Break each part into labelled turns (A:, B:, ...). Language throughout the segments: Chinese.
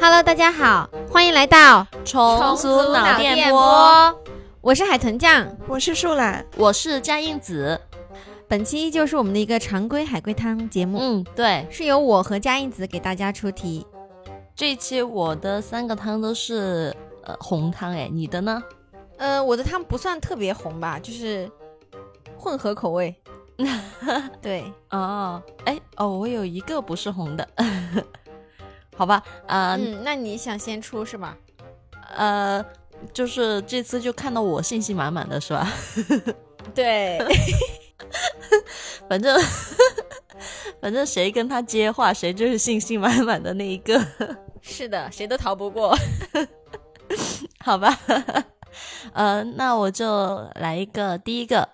A: Hello，大家好，欢迎来到
B: 重组脑电波。
A: 波，我是海豚酱。
C: 我是树懒，
B: 我是佳印子。
A: 本期依旧是我们的一个常规海龟汤节目，
B: 嗯，对，
A: 是由我和佳印子给大家出题。
B: 这一期我的三个汤都是呃红汤，哎，你的呢？
A: 呃，我的汤不算特别红吧，就是混合口味。 对，
B: 哦，哎，哦，我有一个不是红的， 好吧，啊、
A: 嗯，那你想先出是吧？
B: 呃，就是这次就看到我信心满满的是吧？
A: 对，
B: 反正 反正谁跟他接话，谁就是信心满满的那一个，
A: 是的，谁都逃不过。
B: 好吧？ 呃，那我就来一个第一个，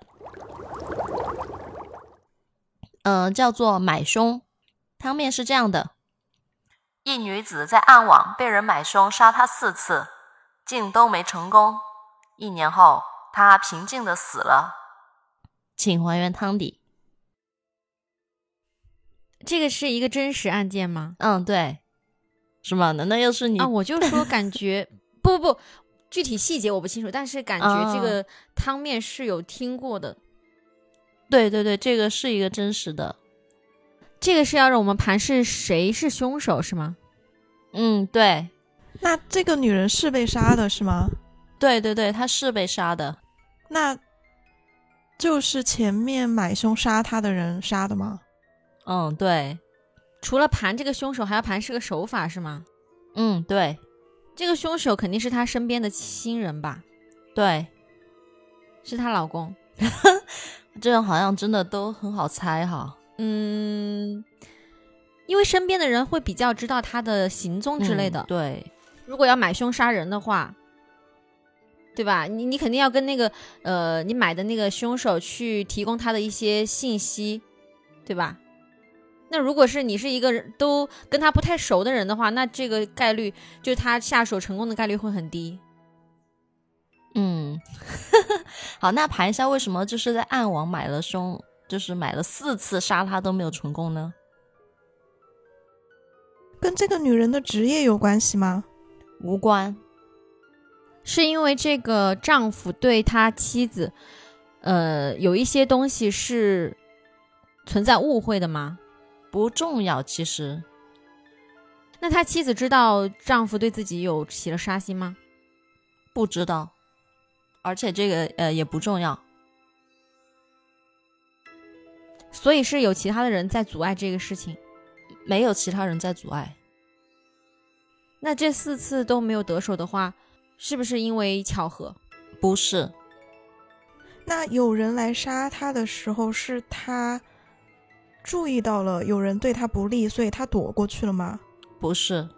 B: 呃，叫做买凶。汤面是这样的：一女子在暗网被人买凶杀她四次，竟都没成功。一年后，她平静的死了。请还原汤底。
A: 这个是一个真实案件吗？
B: 嗯，对，是吗？难道又是你？
A: 啊，我就说感 觉不不不，具体细节我不清楚，但是感觉这
B: 啊
A: 个汤面是有听过的。
B: 对对对，这个是一个真实的。
A: 这个是要让我们盘是谁是凶手是吗？
B: 嗯，对，
C: 那这个女人是被杀的，是吗？
B: 对对对，她是被杀的。
C: 那就是前面买凶杀她的人杀的吗？
B: 嗯，对，
A: 除了盘这个凶手，还要盘是个手法是吗？
B: 嗯，对
A: 这个凶手肯定是她身边的亲人吧？
B: 对，
A: 是她老公？
B: 这种好像真的都很好猜哈。
A: 嗯，因为身边的人会比较知道她的行踪之类的。
B: 嗯对，
A: 如果要买凶杀人的话，对吧？你你肯定要跟那个呃，你买的那个凶手去提供他的一些信息，对吧？那如果是你是一个人都跟他不太熟的人的话，那这个概率就是他下手成功的概率会很低。
B: 嗯， 好，那盘一下为什么就是在暗网买了凶，就是买了四次杀他都没有成功呢？
C: 跟这个女人的职业有关系吗？
B: 无关。
A: 是因为这个丈夫对他妻子，呃，有一些东西是存在误会的吗？
B: 不重要，其实
A: 那他妻子知道丈夫对自己有起了杀心吗？
B: 不知道，而且这个呃也不重要。
A: 所以是有其他的人在阻碍这个事情。
B: 没有其他人在阻碍。
A: 那这四次都没有得手的话，是不是因为巧合？
B: 不是，
C: 那有人来杀她的时候，是她注意到了有人对她不利，所以她躲过去了吗？
B: 不是，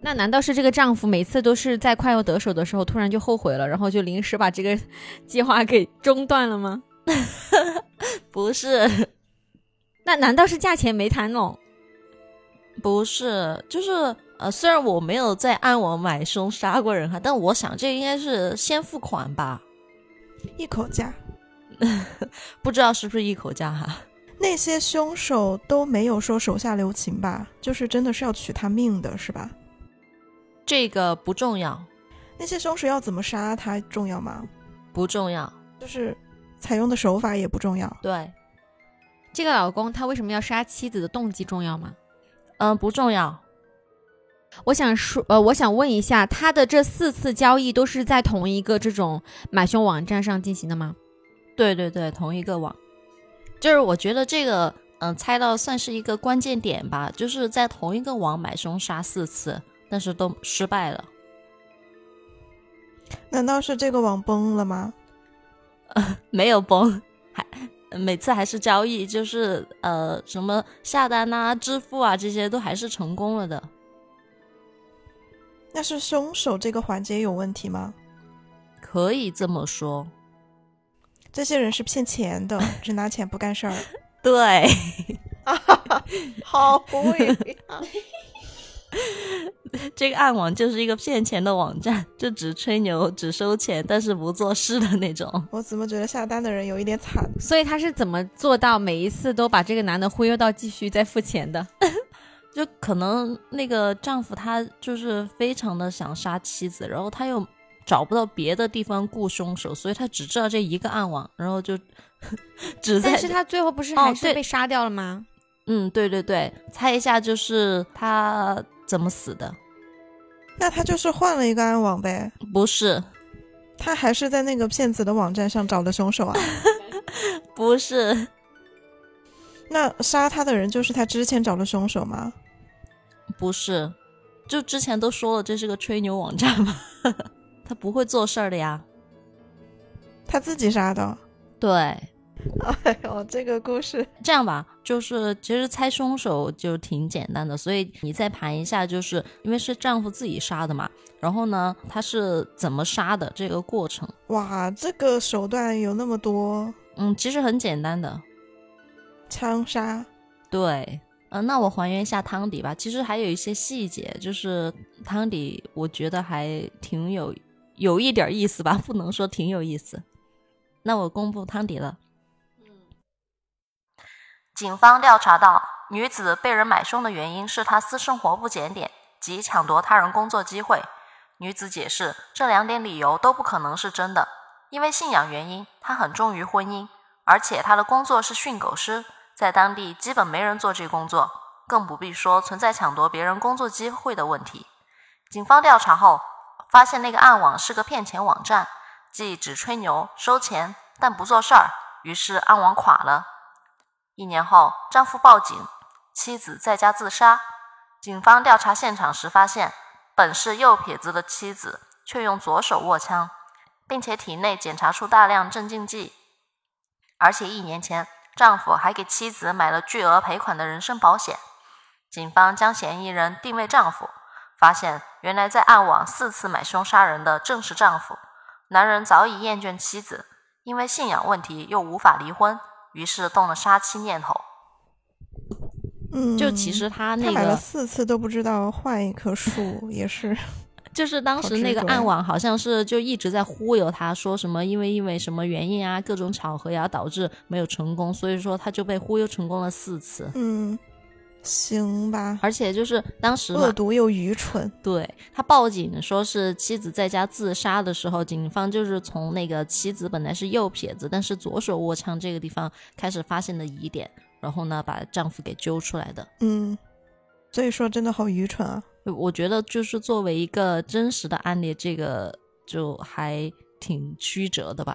A: 那难道是这个丈夫每次都是在快要得手的时候突然就后悔了，然后就临时把这个计划给中断了吗？
B: 不是，
A: 那难道是价钱没谈拢？
B: 不是，就是呃，虽然我没有在暗网买凶杀过人哈，但我想这应该是先付款吧，
C: 一口价，
B: 不知道是不是一口价哈。
C: 那些凶手都没有说手下留情吧？就是真的是要取她命的，是吧？
B: 这个不重要，
C: 那些凶手要怎么杀她重要吗？
B: 不重要，
C: 就是采用的手法也不重要。
B: 对，
A: 这个老公他为什么要杀妻子的动机重要吗？
B: 嗯、不重要，
A: 我想说，呃，我想问一下，他的这四次交易都是在同一个这种买凶网站上进行的吗？
B: 对对对，同一个网，就是我觉得这个嗯、呃猜到算是一个关键点吧，就是在同一个网买凶杀四次，但是都失败了，
C: 难道是这个网崩了吗？
B: 没有崩，还每次还是交易，就是呃什么下单啊、支付啊这些都还是成功了的。
C: 那是凶手这个环节有问题吗？
B: 可以这么说，
C: 这些人是骗钱的，只拿钱不干事儿。
B: 对，
C: 好无语。
B: 这个暗网就是一个骗钱的网站， 就只吹牛、只收钱，但是不做事的那种。
C: 我怎么觉得下单的人有一点惨？
A: 所以他是怎么做到每一次都把这个男的忽悠到继续再付钱的？
B: 就可能那个丈夫他就是非常的想杀妻子，然后他又找不到别的地方雇凶手，所以他只知道这一个暗网，然后就 只在
A: 但是他最后不是
B: 哦
A: 还是
B: 对
A: 被杀掉了吗？
B: 嗯，对对对，猜一下就是他怎么死的？
C: 那他就是换了一个暗网呗，
B: 不是，
C: 他还是在那个骗子的网站上找的凶手啊。
B: 不是，
C: 那杀他的人就是他之前找的凶手吗？
B: 不是，就之前都说了这是个吹牛网站嘛， 他不会做事儿的呀。
C: 他自己杀的？
B: 对，
C: 哎呦，这个故事
B: 这样吧，就是其实猜凶手就挺简单的，所以你再盘一下，就是因为是丈夫自己杀的嘛，然后呢，他是怎么杀的这个过程，
C: 哇，这个手段有那么多，
B: 嗯，其实很简单的。
C: 枪杀。
B: 对，嗯，那我还原一下汤底吧。其实还有一些细节，就是汤底我觉得还挺有有一点意思吧，不能说挺有意思。那我公布汤底了。嗯警方调查到，女子被人买凶的原因是她私生活不检点及抢夺他人工作机会。女子解释，这两点理由都不可能是真的，因为信仰原因，她很重于婚姻，而且她的工作是训狗师，在当地基本没人做这工作，更不必说存在抢夺别人工作机会的问题。警方调查后发现，那个暗网是个骗钱网站，即只吹牛收钱，但不做事儿，于是暗网垮了。一年后，丈夫报警，妻子在家自杀。警方调查现场时发现，本是右撇子的妻子却用左手握枪，并且体内检查出大量镇静剂，而且一年前丈夫还给妻子买了巨额赔款的人身保险。警方将嫌疑人定位丈夫，发现原来在暗网四次买凶杀人的正是丈夫。男人早已厌倦妻子，因为信仰问题又无法离婚，于是动了杀妻念头。
C: 嗯，
B: 就其实他那
C: 他买了
B: 个，
C: 四次都不知道换一棵树也是。
B: 就是当时那个
C: 好执着呀
B: 暗网好像是就一直在忽悠他，说什么因为因为什么原因啊，各种巧合呀、导致没有成功，所以说他就被忽悠成功了四次。
C: 嗯，行吧，
B: 而且就是当时嘛
C: 恶毒又愚蠢。
B: 对他报警说是妻子在家自杀的时候，警方就是从那个妻子本来是右撇子，但是左手握枪这个地方开始发现的疑点，然后呢把丈夫给揪出来的。
C: 嗯，所以说真的好愚蠢啊。
B: 我觉得就是作为一个真实的案例，这个就还挺曲折的吧，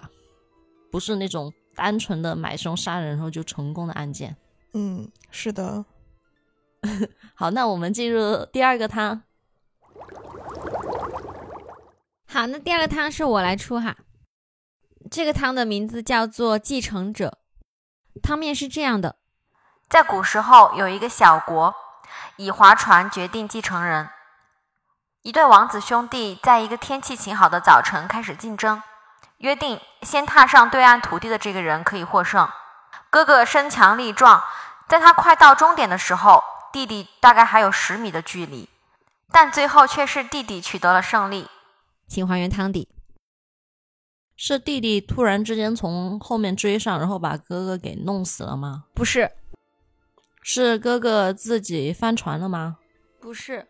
B: 不是那种单纯的买凶杀人然后就成功的案件。
C: 嗯，是的。
B: 好，那我们进入第二个汤，
A: 好，那第二个汤是我来出哈。这个汤的名字叫做《继承者》。汤面是这样的：
D: 在古时候，有一个小国，以划船决定继承人。一对王子兄弟在一个天气晴好的早晨开始竞争，约定先踏上对岸土地的这个人可以获胜。哥哥身强力壮，在他快到终点的时候，弟弟大概还有十米的距离，但最后却是弟弟取得了胜利。
A: 请还原汤底。
B: 是弟弟突然之间从后面追上，然后把哥哥给弄死了吗？
A: 不是，
B: 是哥哥自己翻船了吗？
A: 不是，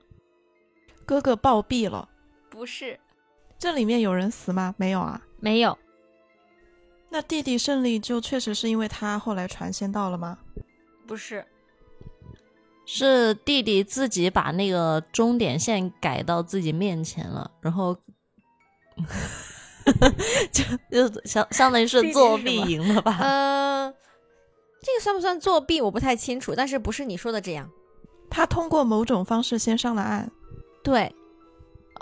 C: 哥哥暴毙了，
A: 不是，
C: 这里面有人死吗？没有啊。
A: 没有，
C: 那弟弟胜利就确实是因为他后来船先到了吗？
A: 不是，
B: 是弟弟自己把那个终点线改到自己面前了，然后 就就相相当于
A: 弟弟
B: 是
A: 是
B: 作
A: 什
B: 弊
A: 么
B: 赢了吧？
A: 呃，这个算不算作弊？我不太清楚，但是不是你说的这样？
C: 他通过某种方式先上了岸，
A: 对，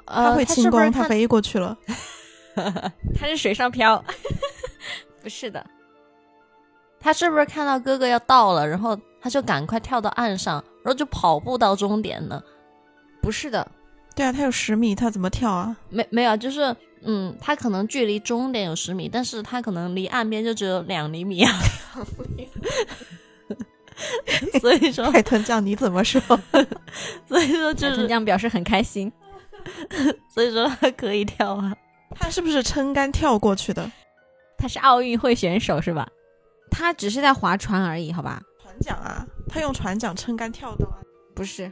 B: 呃
C: 会
B: 他
C: 轻
B: 是不
C: 功，
B: 是
C: 他
B: 看
C: 飞过去了。
A: 他是水上漂， 不是 的，
B: 他是不是看到哥哥要到了，然后他就赶快跳到岸上，然后就跑步到终点了？
A: 不是的，
C: 对啊，他有十米，他怎么跳啊？
B: 没没有，就是嗯，他可能距离终点有十米，但是他可能离岸边就只有两厘米啊。 所以说，
C: 海豚酱你怎么说？
B: 所以说就
A: 海豚
B: 是，
A: 酱表示很开心。
B: 所以说他可以跳啊。
C: 他是不是撑杆跳过去的？
A: 他是奥运会选手是吧？他只是在划船而已，好吧？
C: 船桨啊，他用船桨撑杆跳到啊。
A: 不是，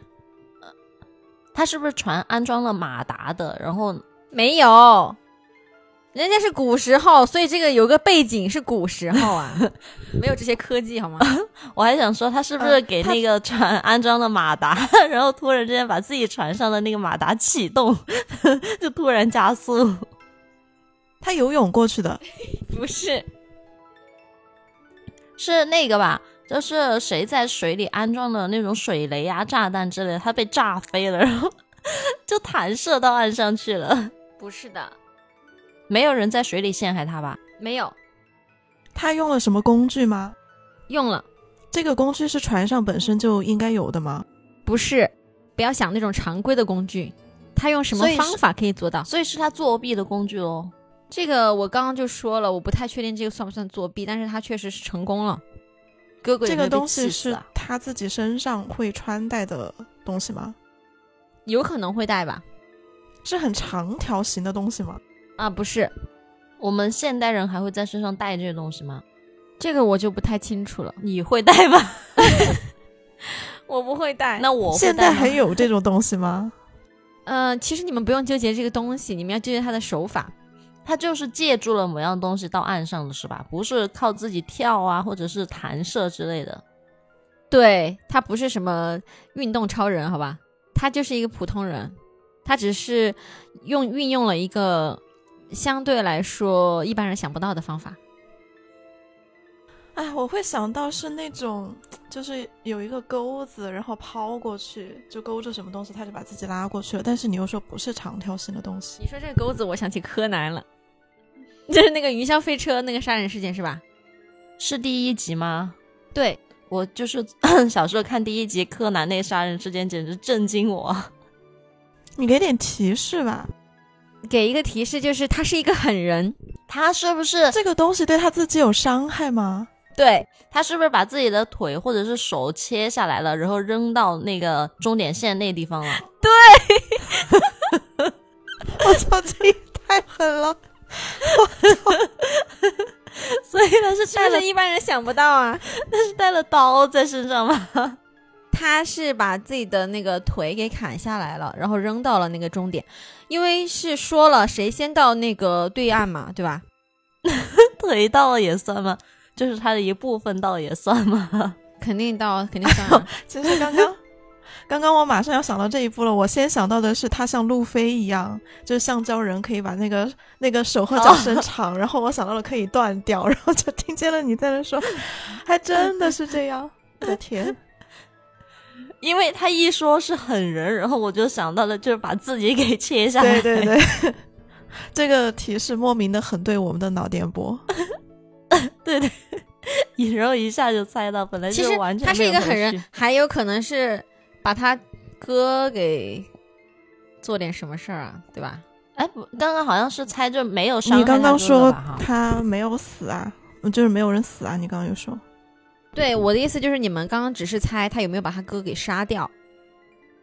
B: 他是不是船安装了马达的？然后
A: 没有，人家是古时候，所以这个有个背景是古时候 啊，没有这些科技好 吗？
B: 我还想说，嗯他是不是
C: 呃
B: 给
C: 他
B: 那 个船安装了马达， 然后突然之间把自己船上的那个马达启动， 就突然加速？
C: 他游泳过去的，
A: 不是，
B: 是那个吧？就是谁在水里安装了那种水雷啊、炸弹之类的，他被炸飞了，然后 就弹射到岸上去了。
A: 不是的，
B: 没有人在水里陷害他吧？
A: 没有
C: 他用了什么工具吗？
A: 用了，
C: 这个工具是船上本身就应该有的吗？
A: 不是，不要想那种常规的工具，他用什么
B: 所以是
A: 方法可以做到？
B: 所以是他作弊的工具哦喽。
A: 这个我刚刚就说了，我不太确定这个算不算作弊，但是他确实是成功了。哥哥有没
C: 这个
A: 有被
C: 东西
A: 气死
C: 是
A: 啊
C: 他自己身上会穿戴的东西吗？
A: 有可能会带吧？
C: 是很长条形的东西吗？
A: 啊，不是，
B: 我们现代人还会在身上带这些东西吗？
A: 这个我就不太清楚了，
B: 你会带 吗？
A: 我不会带。
B: 那我会
C: 现
B: 带
C: 在
B: 吗
C: 还有这种东西 吗？
A: 呃，其实你们不用纠结这个东西，你们要纠结它的手法。
B: 他就是借助了某样东西到岸上的是吧？不是靠自己跳啊，或者是弹射之类的。
A: 对他不是什么运动超人，好吧，他就是一个普通人，他只是用运用了一个相对来说一般人想不到的方法。
C: 哎，我会想到是那种，就是有一个钩子，然后抛过去，就勾住什么东西，他就把自己拉过去了。但是你又说不是长条形的东西，
A: 你说这个钩子，我想起柯南了，就是那个云霄飞车那个杀人事件是吧？
B: 是第一集吗？
A: 对，
B: 我就是 小时候看第一集柯南那杀人事件，简直震惊我。
C: 你给点提示吧。
A: 给一个提示，就是他是一个狠人，
B: 他是不是
C: 这个东西对他自己有伤害吗？
A: 对，
B: 他是不是把自己的腿或者是手切下来了，然后扔到那个终点线那地方了？
C: 我操，这也太狠了！
B: 所以他是
A: 是
B: 带
A: 不
B: 了
A: 是一般人想不到啊？
B: 他是带了刀在身上吗？
A: 他是把自己的那个腿给砍下来了，然后扔到了那个终点，因为是说了谁先到那个对岸嘛，对吧？
B: 腿到了也算吗？就是他的一部分到了也算吗？
A: 肯定到，肯定算了。
C: 其实刚 刚，刚刚我马上要想到这一步了。我先想到的是，他像路飞一样，就是橡胶人可以把那个那个手和脚伸长，然后我想到了可以断掉，然后就听见了你在那说， 还真的是这 样。我的天，
B: 因为他一说是狠人，然后我就想到了，就是把自己给切下来。
C: 对对对， 这个提示莫名的很对我们的脑电 波。
B: 对对对， 然后一下就猜到，本来
A: 其
B: 就
A: 实
B: 完全
A: 他是
B: 没
A: 一
B: 有
A: 个狠
B: 头
A: 人
B: 绪，，
A: 还有可能是把他哥给做点什么事儿啊，对吧？
B: 哎，不，刚刚好像是猜就没有伤害
C: 你刚
B: 他
C: 刚
B: 哥哥
C: 说
B: 吧哈
C: 他没有死啊，就是没有人死啊。你刚刚又说，
A: 对，我的意思就是你们刚刚只是猜他有没有把他哥给杀掉，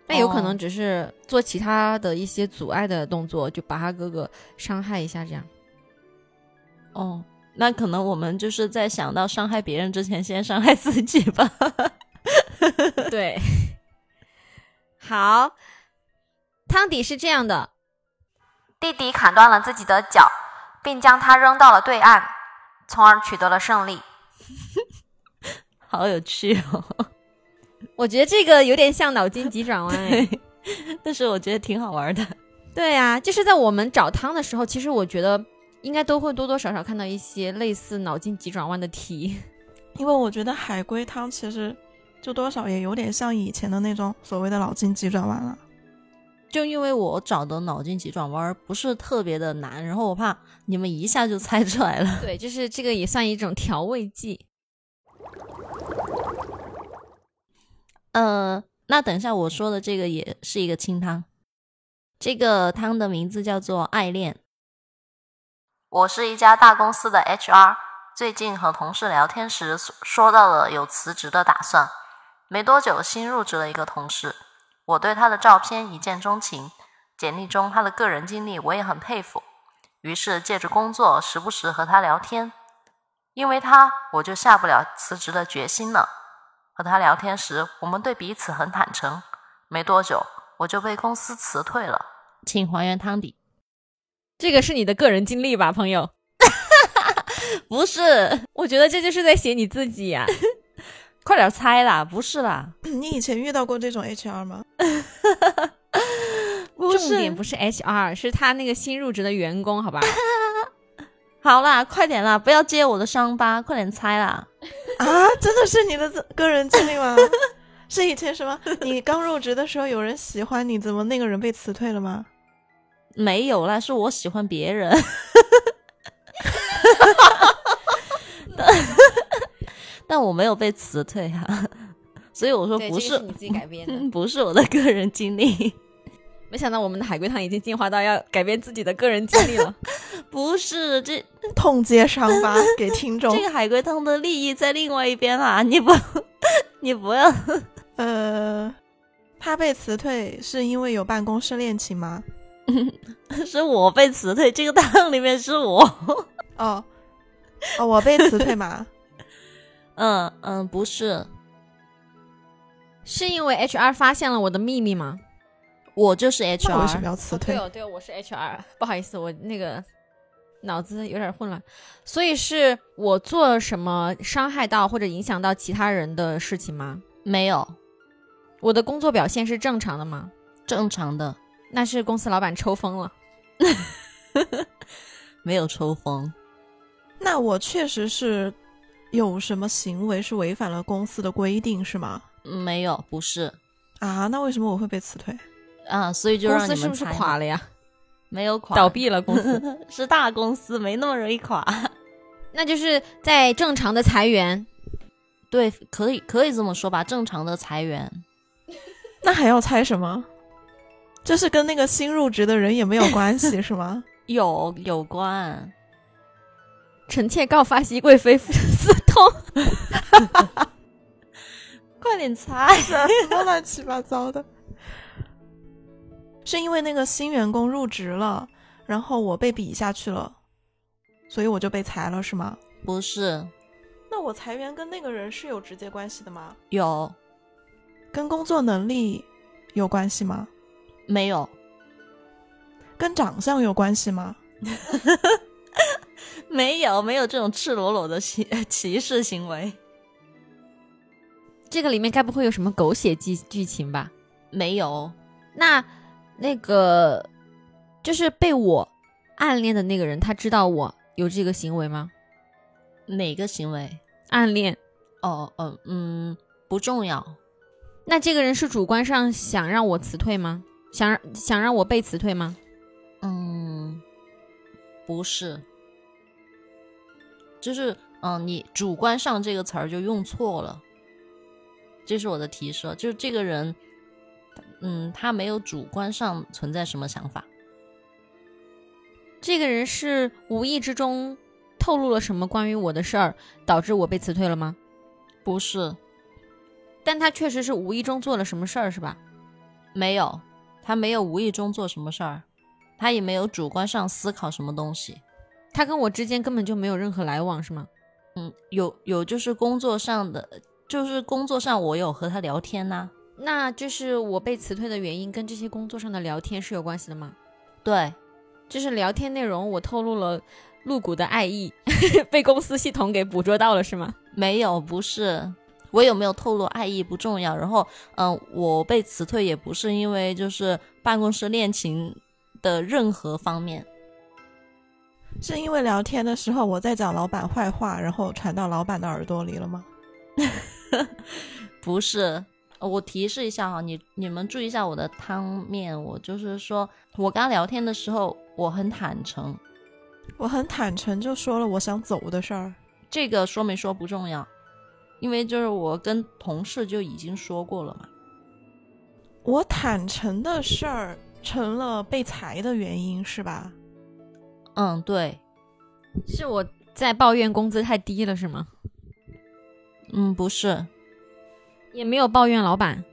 A: 那有可
B: 哦
A: 能只是做其他的一些阻碍的动作，就把他哥哥伤害一下这样。
B: 哦，那可能我们就是在想到伤害别人之前，先伤害自己吧。
A: 对，好，汤底是这样的，
D: 弟弟砍断了自己的脚，并将它扔到了对岸，从而取得了胜利。
B: 好有趣哦，
A: 我觉得这个有点像脑筋急转弯、哎。
B: 但是我觉得挺好玩的。
A: 对啊，就是在我们找汤的时候，其实我觉得应该都会多多少少看到一些类似脑筋急转弯的题。
C: 因为我觉得海龟汤其实就多少也有点像以前的那种所谓的脑筋急转弯了。
B: 就因为我找的脑筋急转弯儿不是特别的难，然后我怕你们一下就猜出来了。
A: 对，就是这个也算一种调味剂。
B: 呃，那等一下我说的这个也是一个清汤，这个汤的名字叫做爱恋。
D: 我是一家大公司的 HR，最近和同事聊天时说说到了有辞职的打算。没多久，新入职了一个同事，我对他的照片一见钟情，简历中他的个人经历我也很佩服。于是借着工作，时不时和他聊天。因为他，我就下不了辞职的决心了。和他聊天时，我们对彼此很坦诚，
B: 没多久我就被公司辞退了。请还原汤底，
A: 这个是你的个人经历吧，朋友？
B: 不是，
A: 我觉得这就是在写你自己呀、
B: 快点猜啦，不是啦，
C: 你以前遇到过这种 HR 吗？
B: 不
A: 重点不是 HR，是他那个新入职的员工，好吧？
B: 好啦，快点啦，不要揭我的伤疤，快点猜啦！
C: 啊，真的是你的自个人经历 吗？是以前什 么？你刚入职的时候有人喜欢你，怎么那个人被辞退了吗？
B: 没有啦，是我喜欢别人。 但我没有被辞退哈、所以我说
A: 对，
B: 不
A: 这个是你自己改编的。
B: 不是我的个人经历，
A: 没想到我们的海龟汤已经进化到要改变自己的个人经历了。
B: 不是这
C: 痛揭伤 疤给听众
B: 这。个海龟汤的利益在另外一边啦， 你不你不要
C: 呃，他被辞退是因为有办公室恋情吗？
B: 是我被辞退，这个档里面是我。
C: 哦， 哦，我被辞退 嘛？
B: 嗯嗯，不是，
A: 是因为 HR 发现了我的秘密吗？
B: 我就是
C: 那我为什么
B: HR。
C: 要辞
A: 哦、对
C: 退？
A: 哦，对哦，我是 HR，不好意思，我那个脑子有点混乱，所以是我做了什么伤害到或者影响到其他人的事情吗？
B: 没有
A: 我的工作表现是正常的吗？
B: 正常的，
A: 那是公司老板抽风了，
B: 没有抽风。
C: 那我确实是有什么行为是违反了公司的规定是吗？
B: 嗯没有，不是
C: 啊，那为什么我会被辞退？
B: 啊，所以就
A: 公
B: 让你
A: 司
B: 们
A: 是不是
B: 猜嘛
A: 垮了呀？
B: 没有垮，
A: 倒闭了公司，
B: 是大公司，没那么容易垮。
A: 那就是在正常的裁员，
B: 对，可以可以这么说吧，正常的裁员。
C: 那还要猜什么？这是跟那个新入职的人也没有关 系是吗？
B: 有有关，
A: 臣妾告发熹贵妃 私通。
B: 快点猜！
C: 什么乱七八糟的？是因为那个新员工入职了，然后我被比下去了，所以我就被裁了是吗？
B: 不是
C: 那我裁员跟那个人是有直接关系的吗？
B: 有
C: 跟工作能力有关系吗？
B: 没有？
C: 跟长相有关系吗？
B: 没有没有这种赤裸裸的歧呃歧视行为，
A: 这个里面该不会有什么狗血剧剧情吧？
B: 没有
A: 那那个就是被我暗恋的那个人，他知道我有这个行为吗？
B: 哪个行为？
A: 暗恋，
B: 哦哦嗯，不重要，
A: 那这个人是主观上想让我辞退吗？想让想让我被辞退吗？
B: 嗯，不是，就是嗯，你主观上这个词儿就用错了，这是我的提示，就是这个人，嗯，他没有主观上存在什么想法，
A: 这个人是无意之中透露了什么关于我的事儿，导致我被辞退了吗？
B: 不是，
A: 但他确实是无意中做了什么事儿，是吧？
B: 没有，他没有无意中做什么事儿，他也没有主观上思考什么东西，
A: 他跟我之间根本就没有任何来往，是吗？
B: 嗯，有有就是工作上的，就是工作上我有和他聊天呐、
A: 那就是我被辞退的原因跟这些工作上的聊天是有关系的吗？
B: 对，
A: 就是聊天内容我透露了露骨的爱意， 被公司系统给捕捉到了是吗？
B: 没有，不是。我有没有透露爱意不重要。然后，嗯、我被辞退也不是因为就是办公室恋情的任何方面。
C: 是因为聊天的时候我在讲老板坏话，然后传到老板的耳朵里了吗？
B: 不是，呃我提示一下哈，你你们注意一下我的汤面。我就是说，我刚聊天的时候我很坦诚，
C: 我很坦诚就说了我想走的事儿。
B: 这个说没说不重要，因为就是我跟同事就已经说过了嘛。
C: 我坦诚的事儿成了被裁的原因是吧？
B: 嗯，对，
A: 是我在抱怨工资太低了是吗？
B: 嗯，不是，
A: 也没有抱怨老板，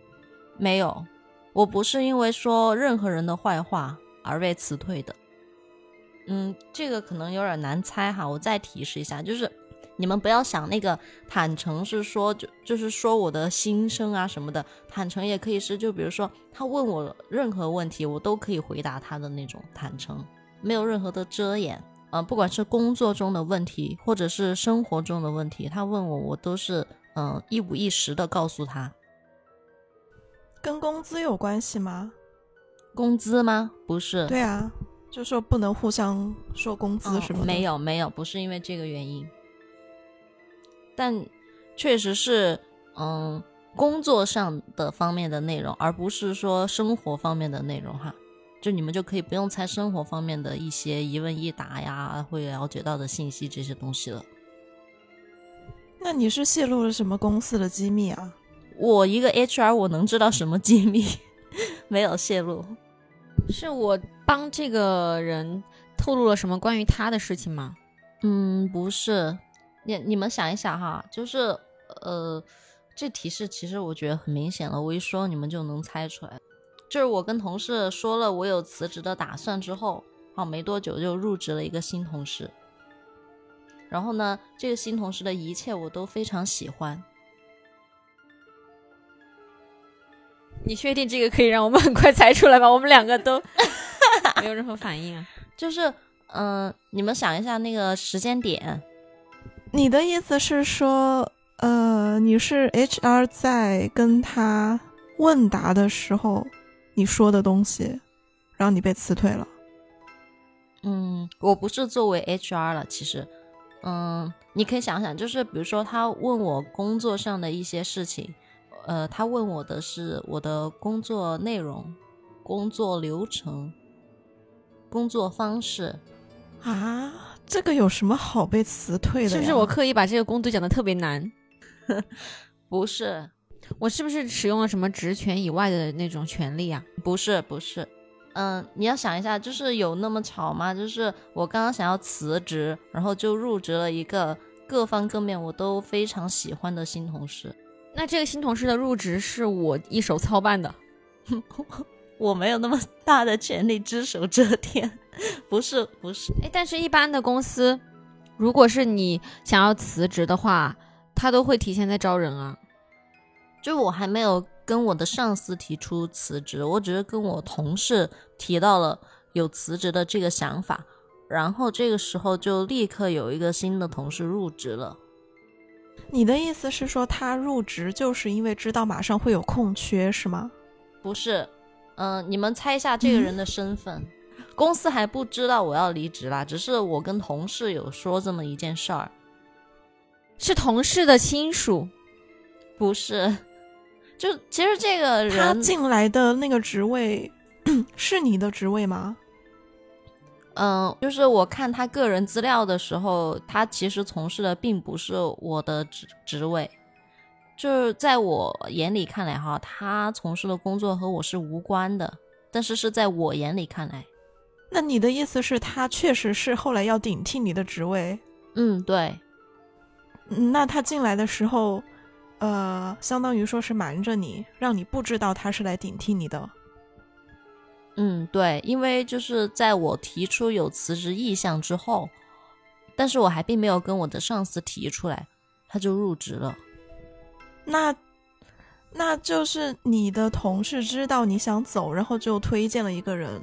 B: 没有，我不是因为说任何人的坏话而被辞退的。嗯，这个可能有点难猜哈，我再提示一下，就是你们不要想那个坦诚是说就就是说我的心声啊什么的，坦诚也可以是就比如说他问我任何问题，我都可以回答他的那种坦诚，没有任何的遮掩。呃，不管是工作中的问题，或者是生活中的问题，他问我，我都是嗯、呃一五一十的告诉他。
C: 跟工资有关系吗？
B: 工资吗？不是，
C: 对啊，就说不能互相说工资
B: 嗯
C: 什么的。
B: 没有没有，不是因为这个原因，但确实是嗯工作上的方面的内容，而不是说生活方面的内容哈。就你们就可以不用猜生活方面的一些一问一答呀，会了解到的信息这些东西了。
C: 那你是泄露了什么公司的机密啊？
B: 我一个 HR，我能知道什么机密？ 没有泄露。
A: 是我帮这个人透露了什么关于他的事情吗？
B: 嗯，不是，你你们想一想哈，就是呃，这提示其实我觉得很明显了，我一说你们就能猜出来。就是我跟同事说了我有辞职的打算之后，啊，没多久就入职了一个新同事。然后呢，这个新同事的一切我都非常喜欢，
A: 你确定这个可以让我们很快猜出来吗？我们两个 都没有任何反应啊。
B: 就是嗯、呃你们想一下那个时间点，
C: 你的意思是说，呃，你是 HR 在跟他问答的时候你说的东西，然后你被辞退了。
B: 嗯，我不是作为 HR 了，其实，嗯，你可以想想，就是比如说他问我工作上的一些事情，呃，他问我的是我的工作内容、工作流程、工作方式，
C: 啊，这个有什么好被辞退的呀？
A: 是不是我刻意把这个工作讲的特别难？
B: 不是，
A: 我是不是使用了什么职权以外的那种权利啊？
B: 不是，不是。嗯，你要想一下，就是有那么巧吗？就是我刚刚想要辞职，然后就入职了一个各方各面我都非常喜欢的新同事。
A: 那这个新同事的入职是我一手操办的，
B: 我没有那么大的权利只手遮天， 不是不是，
A: 哎，但是一般的公司，如果是你想要辞职的话，他都会提前在招人啊。
B: 就我还没有跟我的上司提出辞职，我只是跟我同事提到了有辞职的这个想法，然后这个时候就立刻有一个新的同事入职了，
C: 你的意思是说，他入职就是因为知道马上会有空缺，是吗？
B: 不是，嗯、你们猜一下这个人的身份。 公司还不知道我要离职啦，只是我跟同事有说这么一件事儿，
A: 是同事的亲属，
B: 不是，就其实这个人
C: 他进来的那个职位 是你的职位吗？
B: 嗯，就是我看他个人资料的时候，他其实从事的并不是我的职职位，就是在我眼里看来哈，他从事的工作和我是无关的，但是是在我眼里看来，
C: 那你的意思是，他确实是后来要顶替你的职位？
B: 嗯，对，
C: 嗯那他进来的时候，呃，相当于说是瞒着你，让你不知道他是来顶替你的。
B: 嗯，对，因为就是在我提出有辞职意向之后，但是我还并没有跟我的上司提出来，他就入职了。
C: 那，那就是你的同事知道你想走，然后就推荐了一个人。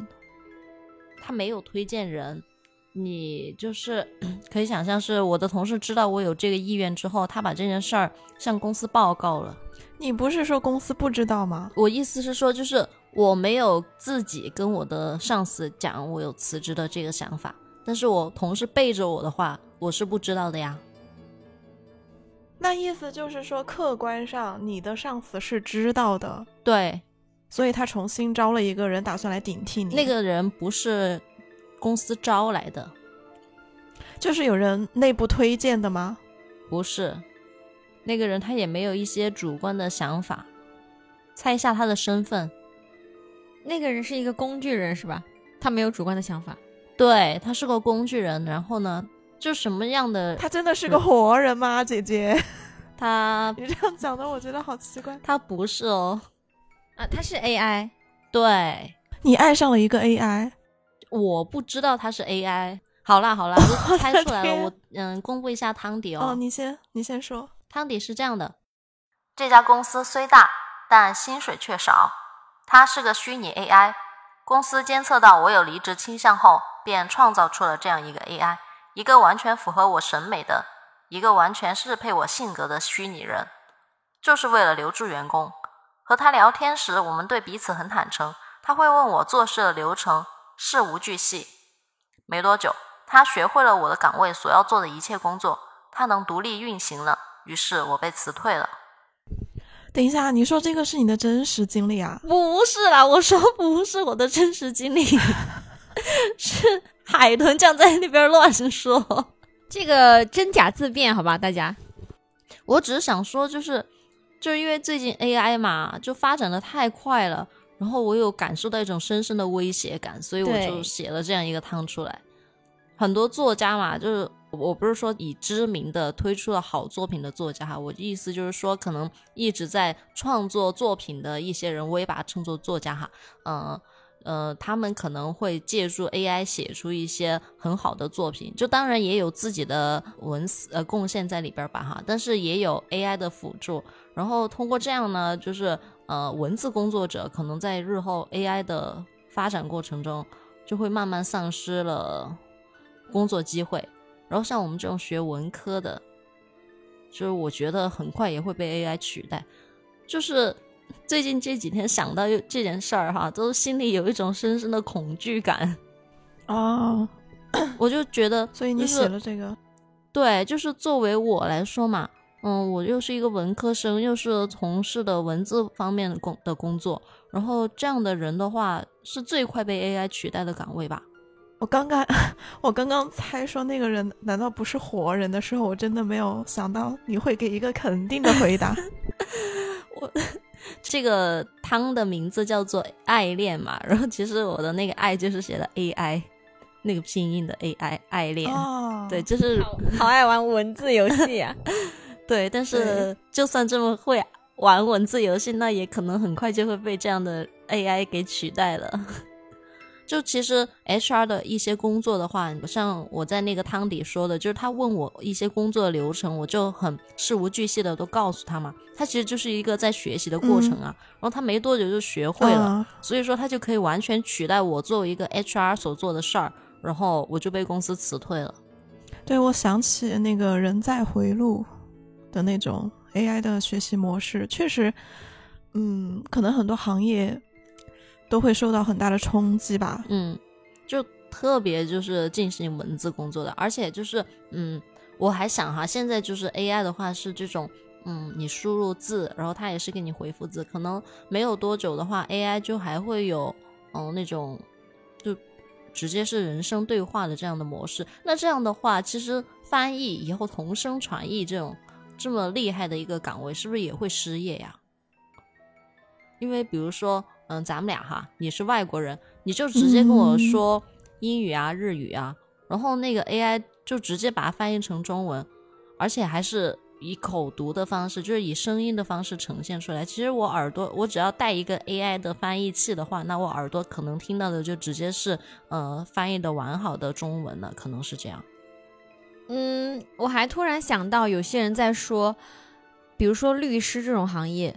B: 他没有推荐人，你就是 可以想象是我的同事知道我有这个意愿之后，他把这件事儿向公司报告了。
C: 你不是说公司不知道吗？
B: 我意思是说，就是我没有自己跟我的上司讲我有辞职的这个想法，但是我同事背着我的话，我是不知道的呀。
C: 那意思就是说，客观上你的上司是知道的，
B: 对，
C: 所以他重新招了一个人，打算来顶替你。
B: 那个人不是公司招来的，
C: 就是有人内部推荐的吗？
B: 不是，那个人他也没有一些主观的想法。猜一下他的身份，
A: 那个人是一个工具人是吧？他没有主观的想法，
B: 对他是个工具人，然后呢，就什么样的
C: 他真的
B: 嗯
C: 是个活人吗，姐姐？
B: 他
C: 你这样讲的，我觉得好奇怪。
B: 他不是哦，
A: 啊，他是 AI，
B: 对，
C: 你爱上了一个 AI，
B: 我不知道他是 AI，好啦好啦， 我猜出来
C: 天
B: 了，我嗯，公布一下汤底
C: 哦，
B: 哦。
C: 你先你先说。
B: 汤底是这样的，
D: 这家公司虽大，但薪水却少。
B: 它是个虚拟 AI，公司监测到我有离职倾向后，便创造出了这样一个 AI，一个完全符合我审美的，一个完全适配我性格的虚拟人，就是为了留住员工。和他聊天时，我们对彼此很坦诚，他会问我做事的流程，事无巨细。没多久，他学会了我的岗位所要做的一切工作，他能独立运行了，于是我被辞退了。
C: 等一下，你说这个是你的真实经历啊？
B: 不是啦，我说不是我的真实经历， 是海豚酱在那边乱说。
A: 这个真假自辩，好吧，大家。
B: 我只是想说，就是就是因为最近 AI 嘛，就发展的太快了，然后我有感受到一种深深的威胁感，所以我
A: 对
B: 就写了这样一个汤出来。很多作家嘛，就是我我不是说以知名的推出了好作品的作家哈，我意思就是说，可能一直在创作作品的一些人，我也把它称作作家哈，嗯、呃，他们可能会借助 AI 写出一些很好的作品，就当然也有自己的文思呃贡献在里边儿吧哈，但是也有 AI 的辅助，然后通过这样呢，就是呃文字工作者可能在日后 AI 的发展过程中，就会慢慢丧失了工作机会，然后像我们这种学文科的，就是我觉得很快也会被 AI 取代，就是最近这几天想到这件事儿哈，都心里有一种深深的恐惧感。
C: 哦，
B: 我就觉得，
C: 所以你
B: 就是
C: 写了这个，
B: 对，就是作为我来说嘛，嗯，我又是一个文科生，又是从事的文字方面的工的工作，然后这样的人的话，是最快被 AI 取代的岗位吧？
C: 我刚刚我刚刚猜说那个人难道不是活人的时候，我真的没有想到你会给一个肯定的 回答。
B: 这个汤的名字叫做爱恋嘛，然后其实我的那个爱就是写的 AI，那个拼音的 AI 爱恋，
C: 哦，
B: 对，，就是
A: 好爱玩文字游戏啊！
B: 对，但是就算这么会玩文字游戏，那也可能很快就会被这样的 AI 给取代了。 就其实 HR 的一些工作的话，像我在那个汤底说的，就是他问我一些工作的流程，我就很事无巨细的都告诉他嘛。他其实就是一个在学习的过程啊，然后他没多久就学会了，
C: 嗯
B: 所以说他就可以完全取代我作为一个 HR 所做的事儿，然后我就被公司辞退了。
C: 对，我想起那个人在回路的那种 AI 的学习模式，确实，嗯，可能很多行业都会受到很大的冲击吧。
B: 嗯，就特别就是进行文字工作的，而且就是嗯，我还想哈，现在就是 AI 的话是这种。嗯，你输入字，然后它也是给你回复字，可能没有多久的话，AI 就还会有嗯、那种就直接是人声对话的这样的模式。那这样的话，其实翻译以后同声传译这种这么厉害的一个岗位，是不是也会失业呀？因为比如说，嗯，咱们俩哈，你是外国人，你就直接跟我说英语啊、日语啊，然后那个 AI 就直接把它翻译成中文，而且还是以口读的方式，就是以声音的方式呈现出来。其实我耳朵，我只要带一个 AI 的翻译器的话，那我耳朵可能听到的就直接是呃翻译的完好的中文了，可能是这样。
A: 嗯，我还突然想到，有些人在说，比如说律师这种行业，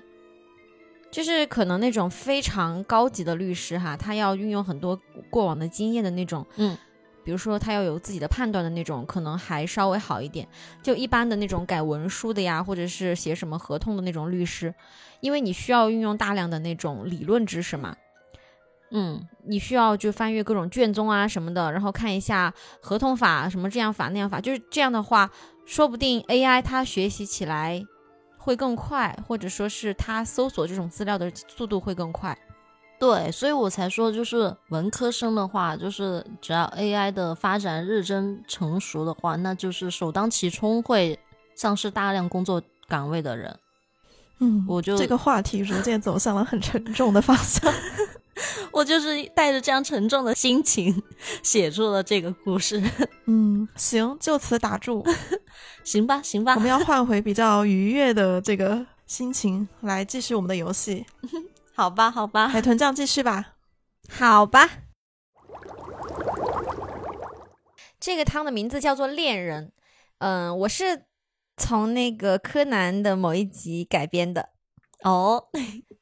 A: 就是可能那种非常高级的律师哈，他要运用很多过往的经验的那种，
B: 嗯，
A: 比如说他要有自己的判断的那种，可能还稍微好一点。就一般的那种改文书的呀，或者是写什么合同的那种律师，因为你需要运用大量的那种理论知识嘛，
B: 嗯，
A: 你需要就翻阅各种卷宗啊什么的，然后看一下合同法什么这样法那样法，就是这样的话，说不定 AI 它学习起来会更快，或者说是它搜索这种资料的速度会更快。
B: 对，所以我才说，就是文科生的话，就是只要 AI 的发展日臻成熟的话，那就是首当其冲会丧失大量工作岗位的人。
C: 嗯，
B: 我就
C: 这个话题逐渐走向了很沉重的方向。
B: 我就是带着这样沉重的心情 写出了这个故事，
C: 嗯，行，就此打住，
B: 行吧，行吧
C: 我，们要换回比较愉悦的这个心情来继续我们的游戏。哎
B: 好吧，好吧
C: 海，豚酱继续吧。
A: 好吧，这个汤的名字叫做《恋人》，嗯，我是从那个柯南的某一集改编的。
B: 哦，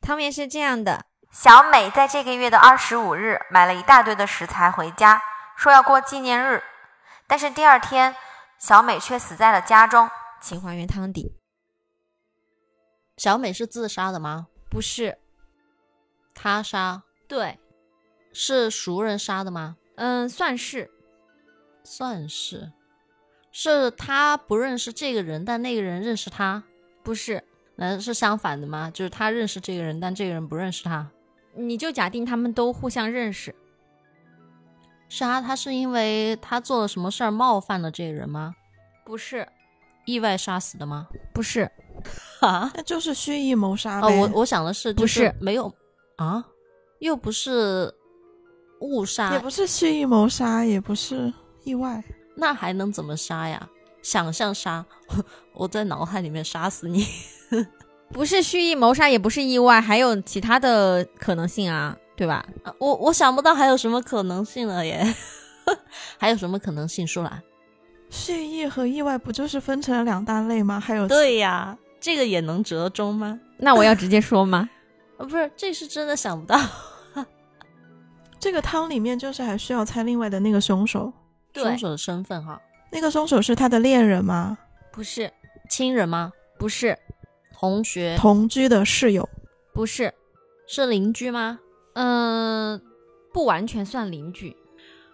A: 汤面是这样的，
D: 小美在这个月的二十五日买了一大堆的食材回家，说要过纪念日。但是第二天，小美却死在了家中。
A: 请还原汤底，
B: 小美是自杀的吗？
A: 不是，
B: 他杀
A: 对，
B: 是熟人杀的吗？
A: 嗯，算是
B: 算是，是他不认识这个人，但那个人认识他，
A: 不是？
B: 那是相反的吗？就是他认识这个人，但这个人不认识他。
A: 你就假定他们都互相认识，
B: 杀他是因为他做了什么事儿冒犯了这个人吗？
A: 不是，
B: 意外杀死的吗？
A: 不是，
B: 啊？
C: 那就是蓄意谋杀呗。
B: 哦，我我想的是，就
A: 不
B: 是
A: 是
B: 没有啊，又不是误
C: 也
B: 杀，
C: 不是蓄意谋杀，也不是意外，
B: 那还能怎么杀呀？想象杀， 我在脑海里面杀死你。
A: 不是蓄意谋杀，也不是意外，还有其他的可能性啊，对吧？
B: 啊我我想不到还有什么可能性了耶， 还有什么可能性？舒兰，
C: 蓄意和意外不就是分成了两大类吗？还有
B: 对呀，这个也能折中吗？
A: 那我要直接说 吗？
B: 啊，
A: 呃
B: 不是，这是真的想不到。
C: 这个汤里面就是还需要猜另外的那个凶手，
B: 凶手的身份哈，
C: 那个凶手是他的恋人吗？
A: 不是，
B: 亲人吗？
A: 不是，
B: 同学
C: 同居的室友，
A: 不是，
B: 是邻居吗？
A: 嗯、不完全算邻居，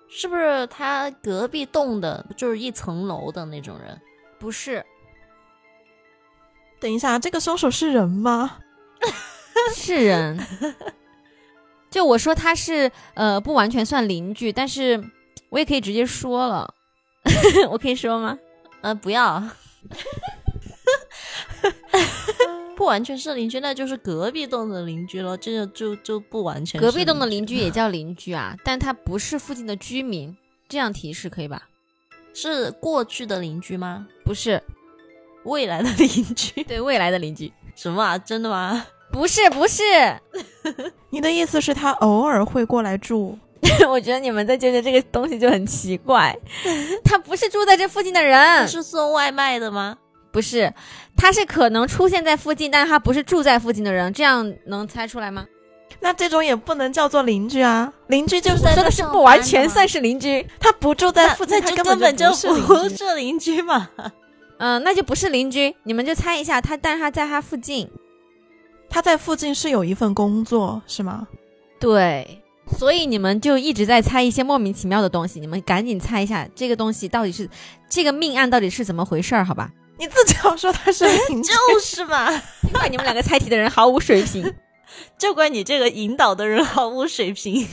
B: 是不是他隔壁栋的，就是一层楼的那种人？
A: 不是，
C: 等一下，这个凶手是人吗？
A: 是人。就我说他是呃不完全算邻居，但是我也可以直接说了， 我可以说吗？
B: 呃，不要， 不完全是邻居，那就是隔壁栋的邻居了，这个就就不完全是
A: 隔壁栋的邻居也叫邻居啊，但他不是附近的居民，这样提示可以吧？
B: 是过去的邻居吗？
A: 不是，
B: 未来的邻居？
A: 对未来的邻居，
B: 什么啊？真的吗？
A: 不是不是，
C: 你的意思是，他偶尔会过来住？
A: 我觉得你们在纠结这个东西就很奇怪， 他不是住在这附近的
B: 他
A: 人，
B: 是送外卖的吗？
A: 不是，他是可能出现在附近，但他不是住在附近的人，这样能猜出来吗？
C: 那这种也不能叫做邻居啊，邻居就是
B: 在
A: 说的
B: 路
A: 是
B: 上
A: 不完
B: 搬的
A: 全
B: 吗
A: 算是邻居，
C: 他不住在附近，
B: 那
C: 他
B: 就
C: 根
B: 本
C: 就
B: 就是不
C: 邻居。
B: 是邻居嘛。
A: 嗯、那就不是邻居，你们就猜一下他，但是他在他附近，
C: 他在附近是有一份工作，是吗？
A: 对，所以你们就一直在猜一些莫名其妙的东西，你们赶紧猜一下这个东西到底是这个命案到底是怎么回事儿，好 吧？
C: 你自己要说他是邻
B: 嗯
C: 居，
B: 就是嘛，
A: 怪你们两个猜题的人毫无水平，
B: 就怪你这个引导的人毫无水平，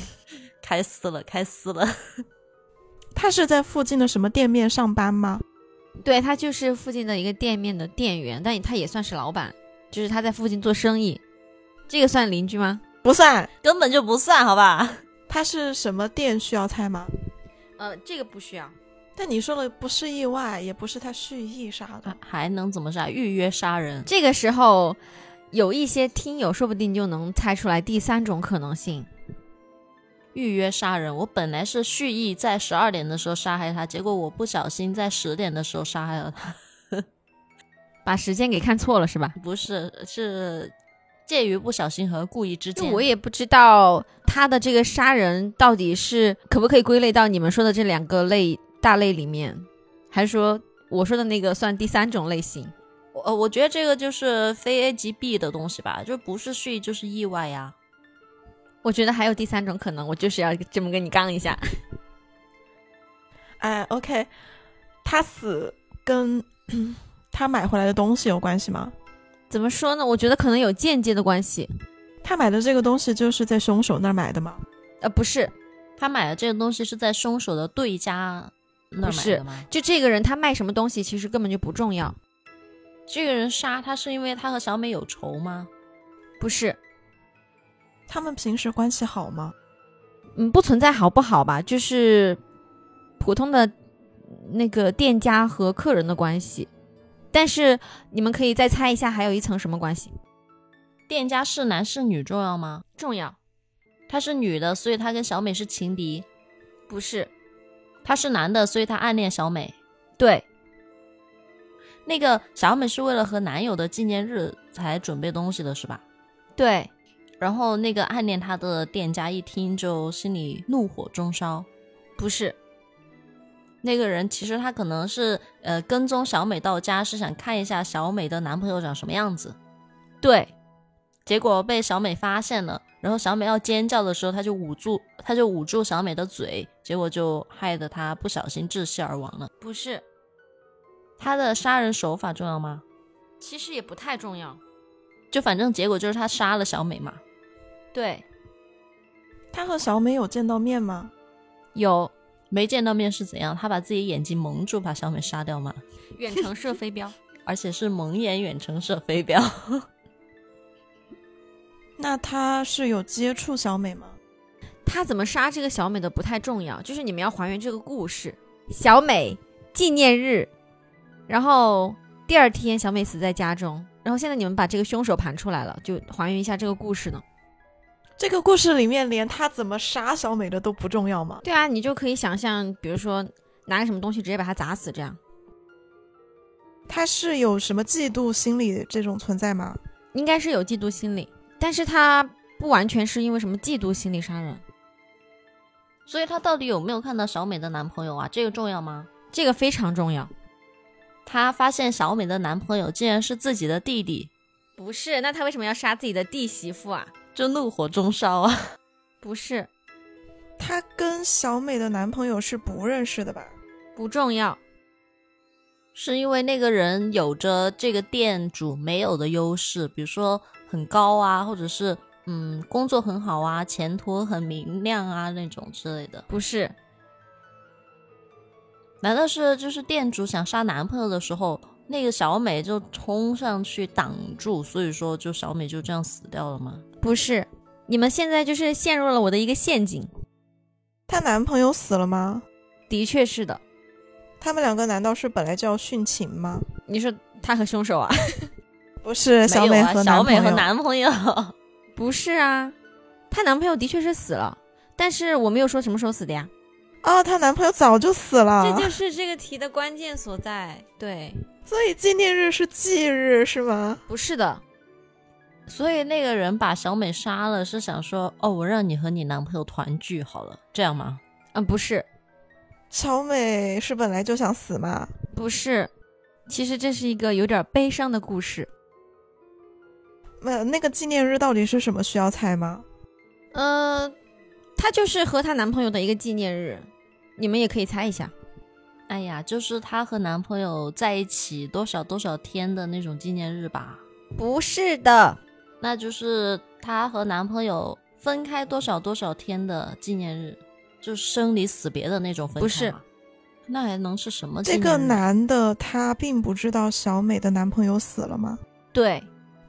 B: 开撕了，开撕了。
C: 他是在附近的什么店面上班吗？
A: 对他就是附近的一个店面的店员，但他也算是老板，就是他在附近做生意，这个算邻居吗？
C: 不算，
B: 根本就不算，好吧？
C: 他是什么店需要猜吗？
A: 呃，这个不需要。
C: 但你说的不是意外，也不是他蓄意杀的，
B: 还能怎么杀？预约杀人，
A: 这个时候，有一些听友说不定就能猜出来第三种可能性。
B: 预约杀人。我本来是蓄意在十二点的时候杀害他，结果我不小心在十点的时候杀害了他。
A: 把时间给看错了是吧？
B: 不是，是介于不小心和故意之
A: 就
B: 间。
A: 我也不知道他的这个杀人到底是可不可以归类到你们说的这两个类大类里面，还是说我说的那个算第三种类型？
B: 我呃我觉得这个就是非 A 即 B 的东西吧，就不是蓄意就是意外呀。
A: 我觉得还有第三种可能，我就是要这么跟你杠一下。
C: 哎，OK，他死跟 他买回来的东西有关系吗？
A: 怎么说呢？我觉得可能有间接的关系。
C: 他买的这个东西就是在凶手那儿买的吗？
A: 呃，不是，
B: 他买的这个东西是在凶手的对家那儿买的吗？
A: 就这个人他卖什么东西，其实根本就不重要。
B: 这个人杀他是因为他和小美有仇吗？
A: 不是，
C: 他们平时关系好吗？
A: 嗯，不存在好不好吧，就是普通的那个店家和客人的关系。但是你们可以再猜一下，还有一层什么关系？
B: 店家是男是女重要吗？
A: 重要？
B: 她是女的，所以她跟小美是情敌。
A: 不是，
B: 他是男的，所以他暗恋小美。
A: 对，
B: 那个小美是为了和男友的纪念日才准备东西的，是吧？
A: 对，
B: 然后那个暗恋她的店家一听就心里怒火中烧。
A: 不是，
B: 那个人其实他可能是呃跟踪小美到家，是想看一下小美的男朋友长什么样子。
A: 对，
B: 结果被小美发现了，然后小美要尖叫的时候，他就捂住，他就捂住小美的嘴，结果就害得她不小心窒息而亡了。
A: 不是，
B: 他的杀人手法重要吗？
A: 其实也不太重要。
B: 就反正结果就是他杀了小美嘛。
A: 对，
C: 他和小美有见到面吗？
A: 有
B: 没见到面是怎样？他把自己眼睛蒙住，把小美杀掉吗？
A: 远程射飞镖，
B: 而且是蒙眼远程射飞镖。
C: 那他是有接触小美吗？
A: 他怎么杀这个小美的不太重要，就是你们要还原这个故事。小美纪念日，然后第二天小美死在家中，然后现在你们把这个凶手盘出来了，就还原一下这个故事呢。
C: 这个故事里面连他怎么杀小美的都不重要吗？
A: 对啊，你就可以想象，比如说拿个什么东西直接把她砸死，这样
C: 他是有什么嫉妒心理这种存在吗？
A: 应该是有嫉妒心理，但是他不完全是因为什么嫉妒心理杀人，
B: 所以他到底有没有看到小美的男朋友啊？这个重要吗？
A: 这个非常重要。
B: 他发现小美的男朋友竟然是自己的弟弟，
A: 不是，那他为什么要杀自己的弟媳妇啊？
B: 就怒火中烧啊！
A: 不是，
C: 他跟小美的男朋友是不认识的吧？
A: 不重要，
B: 是因为那个人有着这个店主没有的优势，比如说很高啊，或者是嗯工作很好啊，前途很明亮啊那种之类的。
A: 不是，
B: 难道是就是店主想杀男朋友的时候，那个小美就冲上去挡住，所以说就小美就这样死掉了吗？
A: 不是。你们现在就是陷入了我的一个陷阱，
C: 她男朋友死了吗？
A: 的确是的。
C: 他们两个难道是本来就要殉情吗？
A: 你说他和凶手啊？
C: 不是，哎小
B: 没
C: 美
B: 有啊，
C: 和男
B: 小
C: 朋
B: 美
C: 友。
B: 和男朋友，
A: 不是啊，她男朋友的确是死了，但是我没有说什么时候死的呀。
C: 哦，她男朋友早就死了，
A: 是这个题的关键所在。对，
C: 所以纪念日是忌日是吗？
A: 不是的，
B: 所以那个人把小美杀了，是想说哦，我让你和你男朋友团聚好了，这样吗？
A: 嗯，不是，
C: 小美是本来就想死吗？
A: 不是。其实这是一个有点悲伤的故事。
C: 那那个纪念日到底是什么？需要猜吗？
A: 呃，她就是和她男朋友的一个纪念日，你们也可以猜一下。
B: 哎呀，就是她和男朋友在一起多少多少天的那种纪念日吧，
A: 不是的，
B: 那就是她和男朋友分开多少多少天的纪念日，就是生离死别的那种分开嘛
A: 不是，
B: 那还能是什么纪
C: 这
B: 念日？
C: 个男的他并不知道小美的男朋友死了吗？
A: 对，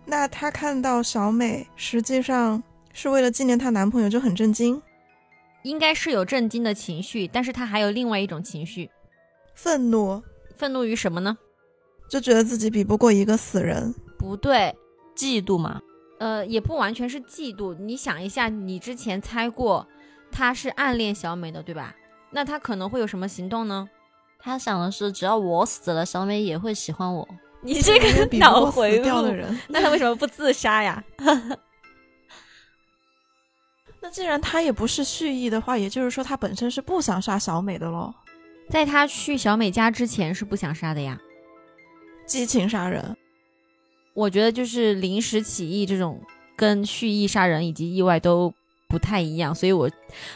C: 那他看到小美，实际上是为了纪念她男朋友，就很震惊、
A: 应该是有震惊的情绪，但是她还有另外一种情绪，
C: 愤怒，
A: 愤怒于什么呢？
C: 就觉得自己比不过一个死人。
A: 不对，
B: 嫉妒嘛？
A: 呃，也不完全是嫉妒。你想一下，你之前猜过他是暗恋小美的，对吧？那他可能会有什么行动呢？
B: 她想的是，只要我死了，小美也会喜欢我。
A: 你
C: 这个比不过死掉的，人。
A: 那他为什么不自杀呀？
C: 那既然他也不是蓄意的话，也就是说他本身是不想杀小美的喽，
A: 在他去小美家之前是不想杀的呀。
C: 激情杀人。
A: 我觉得就是临时起意这种跟蓄意杀人以及意外都不太一样，所以我